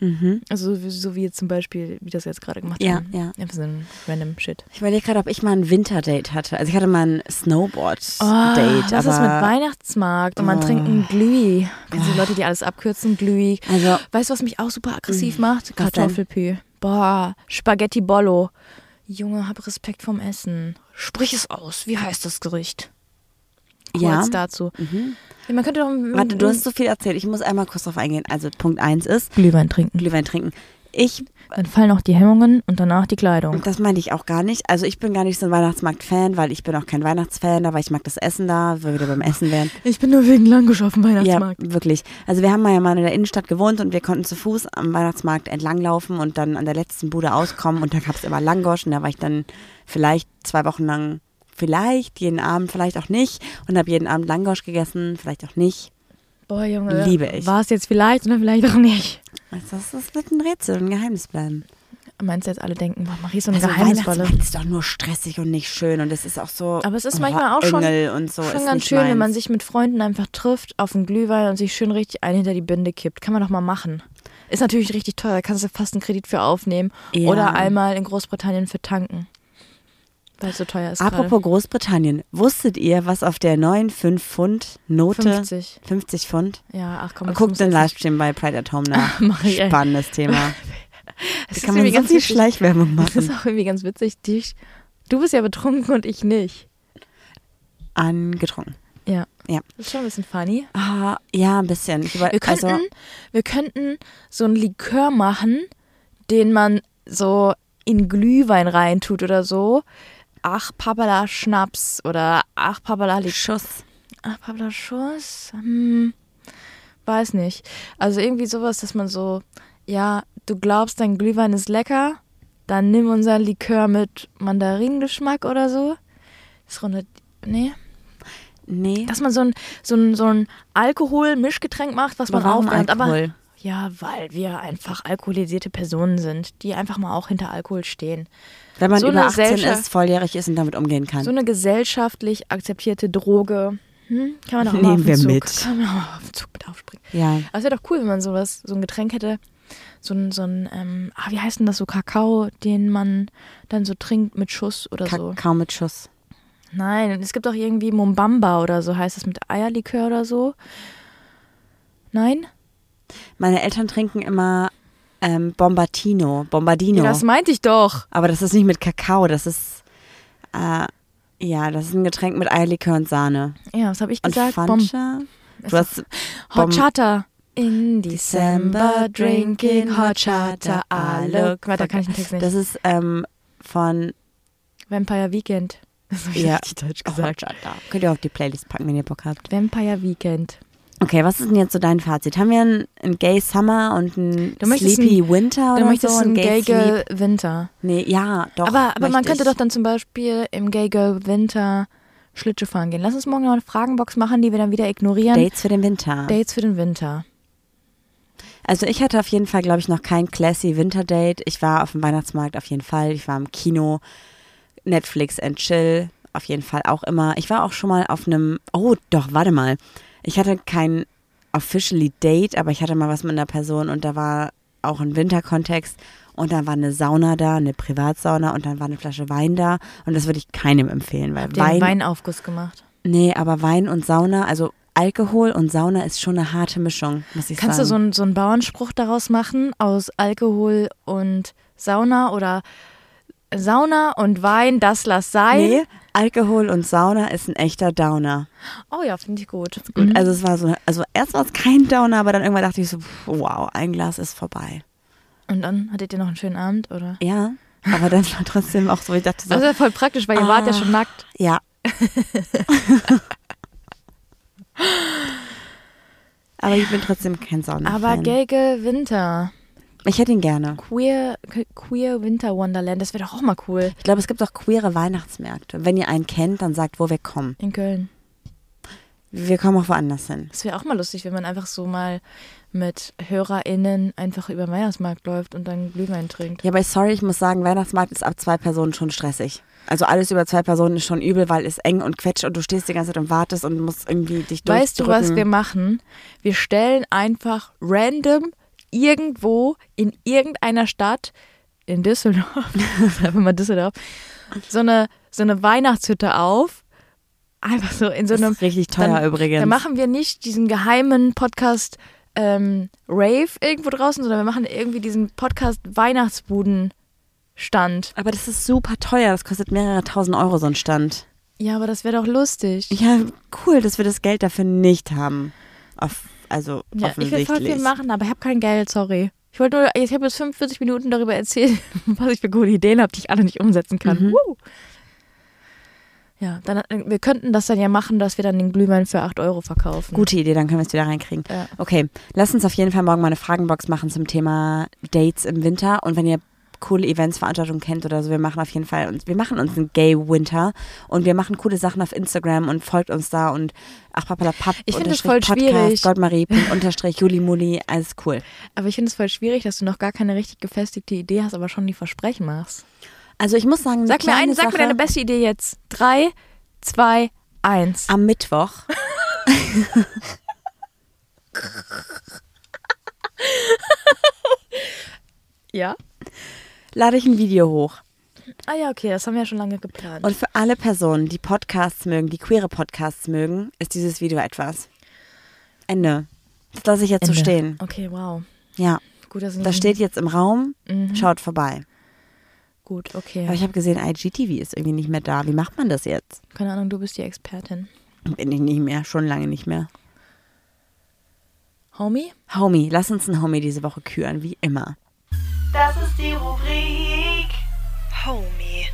Mhm. Also so wie jetzt zum Beispiel, wie das jetzt gerade gemacht Ja, haben. ja. Einfach so ein random Shit. Ich überlege gerade, ob ich mal ein Winterdate hatte. Also ich hatte mal ein Snowboard-Date. Oh, Was aber Ah, Ah. ist mit Weihnachtsmarkt? Und man trinkt einen Glühwi. Kennst du die Leute, die alles abkürzen? Glühwi. Also Weißt du, was mich auch super aggressiv macht? denn? Kartoffelpü. Boah, Spaghetti Bollo. Junge, hab Respekt vom Essen. Sprich es aus. Wie heißt das Gericht? Kurz Ja. dazu. Ja, man könnte doch einen mhm. Warte, du hast so viel erzählt. Ich muss einmal kurz drauf eingehen. Also Punkt 1 ist Glühwein trinken. Glühwein trinken. Ich, Dann fallen auch die Hemmungen und danach die Kleidung. das meinte ich auch gar nicht. Also ich bin gar nicht so ein Weihnachtsmarkt-Fan, weil ich bin auch kein Weihnachtsfan, aber ich mag das Essen da, wo wir wieder beim Essen wären. Ich bin nur wegen Langosch auf dem Ja, Weihnachtsmarkt. wirklich. Also wir haben ja mal in der Innenstadt gewohnt und wir konnten zu Fuß am Weihnachtsmarkt entlanglaufen und dann an der letzten Bude auskommen und da gab es immer Langosch und da war ich dann vielleicht zwei Wochen lang, vielleicht jeden Abend, vielleicht auch nicht und habe jeden Abend Langosch gegessen, vielleicht auch nicht. Boah, Junge. Liebe ich. War es jetzt vielleicht oder vielleicht auch nicht. Also das ist mit ein Rätsel und ein Geheimnis bleiben. Meinst du jetzt alle denken, boah, Marie ist so eine Also Geheimnisvolle? Weihnachtsmarkt ist doch nur stressig und nicht schön und es ist auch so. Aber es ist manchmal auch schon- Engel und so. ist schon ganz nicht schön, wenn man meins. sich mit Freunden einfach trifft auf einen Glühwein und sich schön richtig einen hinter die Binde kippt. Kann man doch mal machen. Ist natürlich richtig teuer, da kannst du fast einen Kredit für aufnehmen Ja. oder einmal in Großbritannien für tanken. Weil es so teuer ist. Apropos Großbritannien, wusstet ihr, was auf der neuen 5 Pfund Note 50. 50 Pfund? gerade. Ja, ach komm. das muss Guckt den jetzt- Livestream bei Pride at Home nach. Mach ich, ey. Spannendes Thema. Es Da ist kann man irgendwie so ganz viel witzig. Schleichwerbung Das ist machen. auch irgendwie ganz witzig. Dich, du bist ja betrunken und ich nicht. Angetrunken. Ja. Ja. Das ist schon ein bisschen funny. Ah, ja, ein bisschen. Ich über- Wir könnten, also, wir könnten so einen Likör machen, den man so in Glühwein reintut oder so. Ach, Papala Schnaps oder Ach, Papala Likör. Schuss. Ach, Papala Schuss? Hm, weiß nicht. Also irgendwie sowas, dass man so, ja, du glaubst, dein Glühwein ist lecker, dann nimm unser Likör mit Mandaringeschmack oder so. Das rundet, nee. Nee. Dass man so ein, so ein, so ein Alkohol-Mischgetränk macht, was man Warum aufwärmt. Aber Alkohol? ja, weil wir einfach alkoholisierte Personen sind, die einfach mal auch hinter Alkohol stehen. Wenn man so über eine 18 Gesellschaft- ist, volljährig ist und damit umgehen kann. So eine gesellschaftlich akzeptierte Droge. Hm, kann man doch auch mal Nehmen auf den wir Zug, mit. Kann man auch mal auf den Zug mit aufspringen. ja. Aber es wäre doch cool, wenn man sowas, so ein Getränk hätte, so ein, so ein ähm, ah, wie heißt denn das, so Kakao, den man dann so trinkt mit Schuss oder so. Kakao mit Schuss. Nein, es gibt auch irgendwie Mumbamba oder so, heißt das mit Eierlikör oder so. Nein? Meine Eltern trinken immer ähm, Bombatino, Bombardino. Ja, das meinte ich doch. aber das ist nicht mit Kakao, das ist äh, ja, das ist ein Getränk mit Eierlikör und Sahne. Ja, was habe ich Und gesagt? Bom- Fanta? Du hast Bom- Horchata. In December drinking Horchata. I look. Warte, da kann ich den Text nicht. Ah, Das ist ähm, von Vampire Weekend. Das habe Ja. deutsch Horchata. Könnt ihr auf die Playlist packen, wenn ihr Bock habt. Vampire Weekend. Okay, was ist denn jetzt so dein Fazit? Haben wir einen, einen Gay Summer und einen Du möchtest Sleepy Winter Du oder möchtest Oh, so? einen Gay Sleep? Girl Winter. Nee, ja, doch. aber aber man möchte könnte ich. doch dann zum Beispiel im Gay Girl Winter Schlittschuh fahren gehen. Lass uns morgen noch eine Fragenbox machen, die wir dann wieder ignorieren. Dates für den Winter. Dates für den Winter. Also ich hatte auf jeden Fall, glaube ich, noch kein classy Winterdate. Ich war auf dem Weihnachtsmarkt auf jeden Fall. Ich war im Kino, Netflix and Chill auf jeden Fall auch immer. Ich war auch schon mal auf einem. Oh, doch, warte mal. Ich hatte kein officially Date, aber ich hatte mal was mit einer Person und da war auch ein Winterkontext Und dann war eine Sauna da, eine Privatsauna und dann war eine Flasche Wein da. Und das würde ich keinem empfehlen, weil Den Wein, Weinaufguss gemacht. Nee, aber Wein und Sauna, also Alkohol und Sauna ist schon eine harte Mischung, muss ich Kannst du so sagen. einen, so einen Bauernspruch daraus machen aus Alkohol und Sauna oder Sauna und Wein, das lass sein? Nee, Alkohol und Sauna ist ein echter Downer. Oh ja, finde ich gut. Gut, also es war so, also erst war es kein Downer, aber dann irgendwann dachte ich so, pff, wow, ein Glas ist vorbei. Und dann hattet ihr noch einen schönen Abend, oder? Ja, Also aber dann war trotzdem auch so, ich dachte so, Das ist ja voll praktisch, weil ihr wart ja Ah. schon nackt. ja. aber ich bin trotzdem kein Sauna. Aber Gelge Winter, Ich hätte ihn gerne. Queer, Queer Winter Wonderland, das wäre doch auch mal cool Ich glaube, es gibt auch queere Weihnachtsmärkte. Wenn ihr einen kennt, dann sagt, wo wir kommen. in Köln. Wir kommen auch woanders hin. Das wäre auch mal lustig, wenn man einfach so mal mit HörerInnen einfach über den Weihnachtsmarkt läuft und dann Glühwein trinkt. Ja, aber sorry, ich muss sagen, Weihnachtsmarkt ist ab zwei Personen schon stressig. Also alles über zwei Personen ist schon übel, weil es eng und quetscht und du stehst die ganze Zeit und wartest und musst irgendwie dich durchdrücken. Weißt du, was wir machen? Wir stellen einfach random irgendwo in irgendeiner Stadt in Düsseldorf, sagen wir mal Düsseldorf, so eine, so eine Weihnachtshütte auf. Einfach so in so Das einem. ist richtig teuer dann, übrigens. Dann machen wir nicht diesen geheimen Podcast ähm, Rave irgendwo draußen, sondern wir machen irgendwie diesen Podcast Weihnachtsbudenstand. Aber das ist super teuer. Das kostet mehrere tausend Euro so ein Stand. Ja, aber das wäre doch lustig. Ja, cool, dass wir das Geld dafür nicht haben. Auf, also Ja, ich will offensichtlich. voll viel machen, aber ich habe kein Geld, sorry. Ich wollte nur, ich habe jetzt 45 Minuten darüber erzählt, was ich für gute Ideen habe, die ich alle nicht umsetzen kann. Mhm. Woo. Ja, dann, äh, wir könnten das dann ja machen, dass wir dann den Glühwein für 8 Euro verkaufen. Gute Idee, dann können wir es wieder reinkriegen. Hm. Ja. Okay, lass uns auf jeden Fall morgen mal eine Fragenbox machen zum Thema Dates im Winter. Und wenn ihr coole Events, Veranstaltungen kennt oder so, wir machen auf jeden Fall uns, wir machen uns einen Gay Winter und wir machen coole Sachen auf Instagram und folgt uns da und ach papalapap, Ich find das unterstrich voll Podcast, schwierig. Goldmarie, unterstrich, Julimuli, alles cool. Aber ich finde es voll schwierig, dass du noch gar keine richtig gefestigte Idee hast, aber schon die Versprechen machst. Also ich muss sagen, eine Sag mir, kleine eine, sag Sache, mir deine beste Idee jetzt. 3, 2, 1. am Mittwoch. Ja? lade ich ein Video hoch. Ah ja, okay, das haben wir ja schon lange geplant. Und für alle Personen, die Podcasts mögen, die queere Podcasts mögen, ist dieses Video etwas. Ende. Das lasse ich jetzt so Ende. Mhm. stehen. Okay, wow. Ja, Gut, dass ich das nicht- steht jetzt im Raum. Schaut vorbei. Gut, okay. Aber ich habe gesehen, IGTV ist irgendwie nicht mehr da. Wie macht man das jetzt? Keine Ahnung, du bist die Expertin. Bin ich nicht mehr, schon lange nicht mehr. Homie? Homie, lass uns einen Homie diese Woche küren, wie immer. Das ist die Rubrik Homie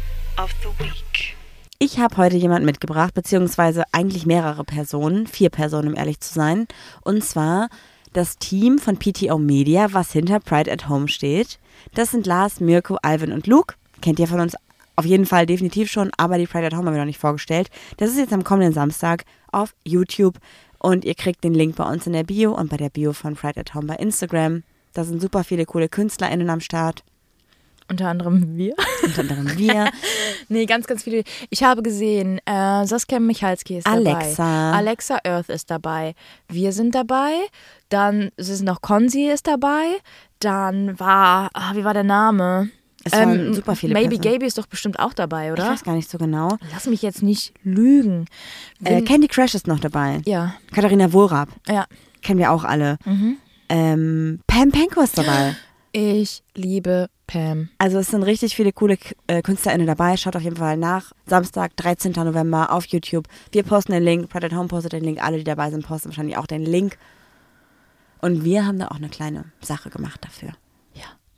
of the Week. Ich habe heute jemanden mitgebracht, beziehungsweise eigentlich mehrere Personen, vier Personen, um ehrlich zu sein. Und zwar das Team von PTO Media, was hinter Pride at Home steht. Das sind Lars, Mirko, Alvin und Luke. Kennt ihr von uns auf jeden Fall definitiv schon, aber die Pride at Home haben wir noch nicht vorgestellt. Das ist jetzt am kommenden Samstag auf YouTube und ihr kriegt den Link bei uns in der Bio und bei der Bio von Pride at Home bei Instagram. Da sind super viele coole KünstlerInnen am Start, Unter anderem wir. unter anderem wir. nee, ganz, ganz viele. Ich habe gesehen, äh, Saskia Michalski ist Alexa. dabei. Alexa Earth ist dabei. Wir sind dabei. Dann es ist noch Konzi ist dabei. Dann war, ah, wie war der Name? Es Ähm, waren super viele Maybe Personen. Gaby ist doch bestimmt auch dabei, Ich oder? weiß gar nicht so genau. Lass mich jetzt nicht lügen. Äh, Candy Crash ist noch dabei. Ja, Katharina Wohlrab. ja. Kennen wir auch alle. Ähm, Pam Penko ist dabei. Ich liebe Pam. Also es sind richtig viele coole K- äh, KünstlerInnen dabei. Schaut auf jeden Fall nach. Samstag, 13. November auf YouTube. Wir posten den Link. Pride at Home postet den Link. Alle, die dabei sind, posten wahrscheinlich auch den Link. Und wir haben da auch eine kleine Sache gemacht dafür.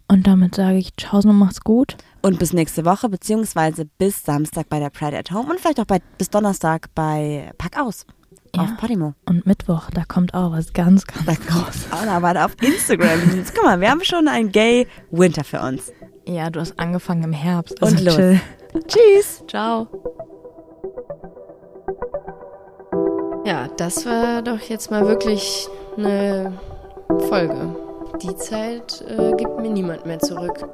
Und damit sage ich, Tschaußen und macht's gut. Und bis nächste Woche, beziehungsweise bis Samstag bei der Pride at Home und vielleicht auch bei, bis Donnerstag bei Pack aus. Auf Podimo. Und Mittwoch, da kommt auch was ganz, ganz Groß. Aber auf Instagram. Guck mal, wir haben schon einen Gay Winter für uns. Ja, du hast angefangen im Herbst. Und Also los. Chill. Tschüss. Ciao. Ja, das war doch jetzt mal wirklich eine Folge. Die Zeit äh, gibt mir niemand mehr zurück.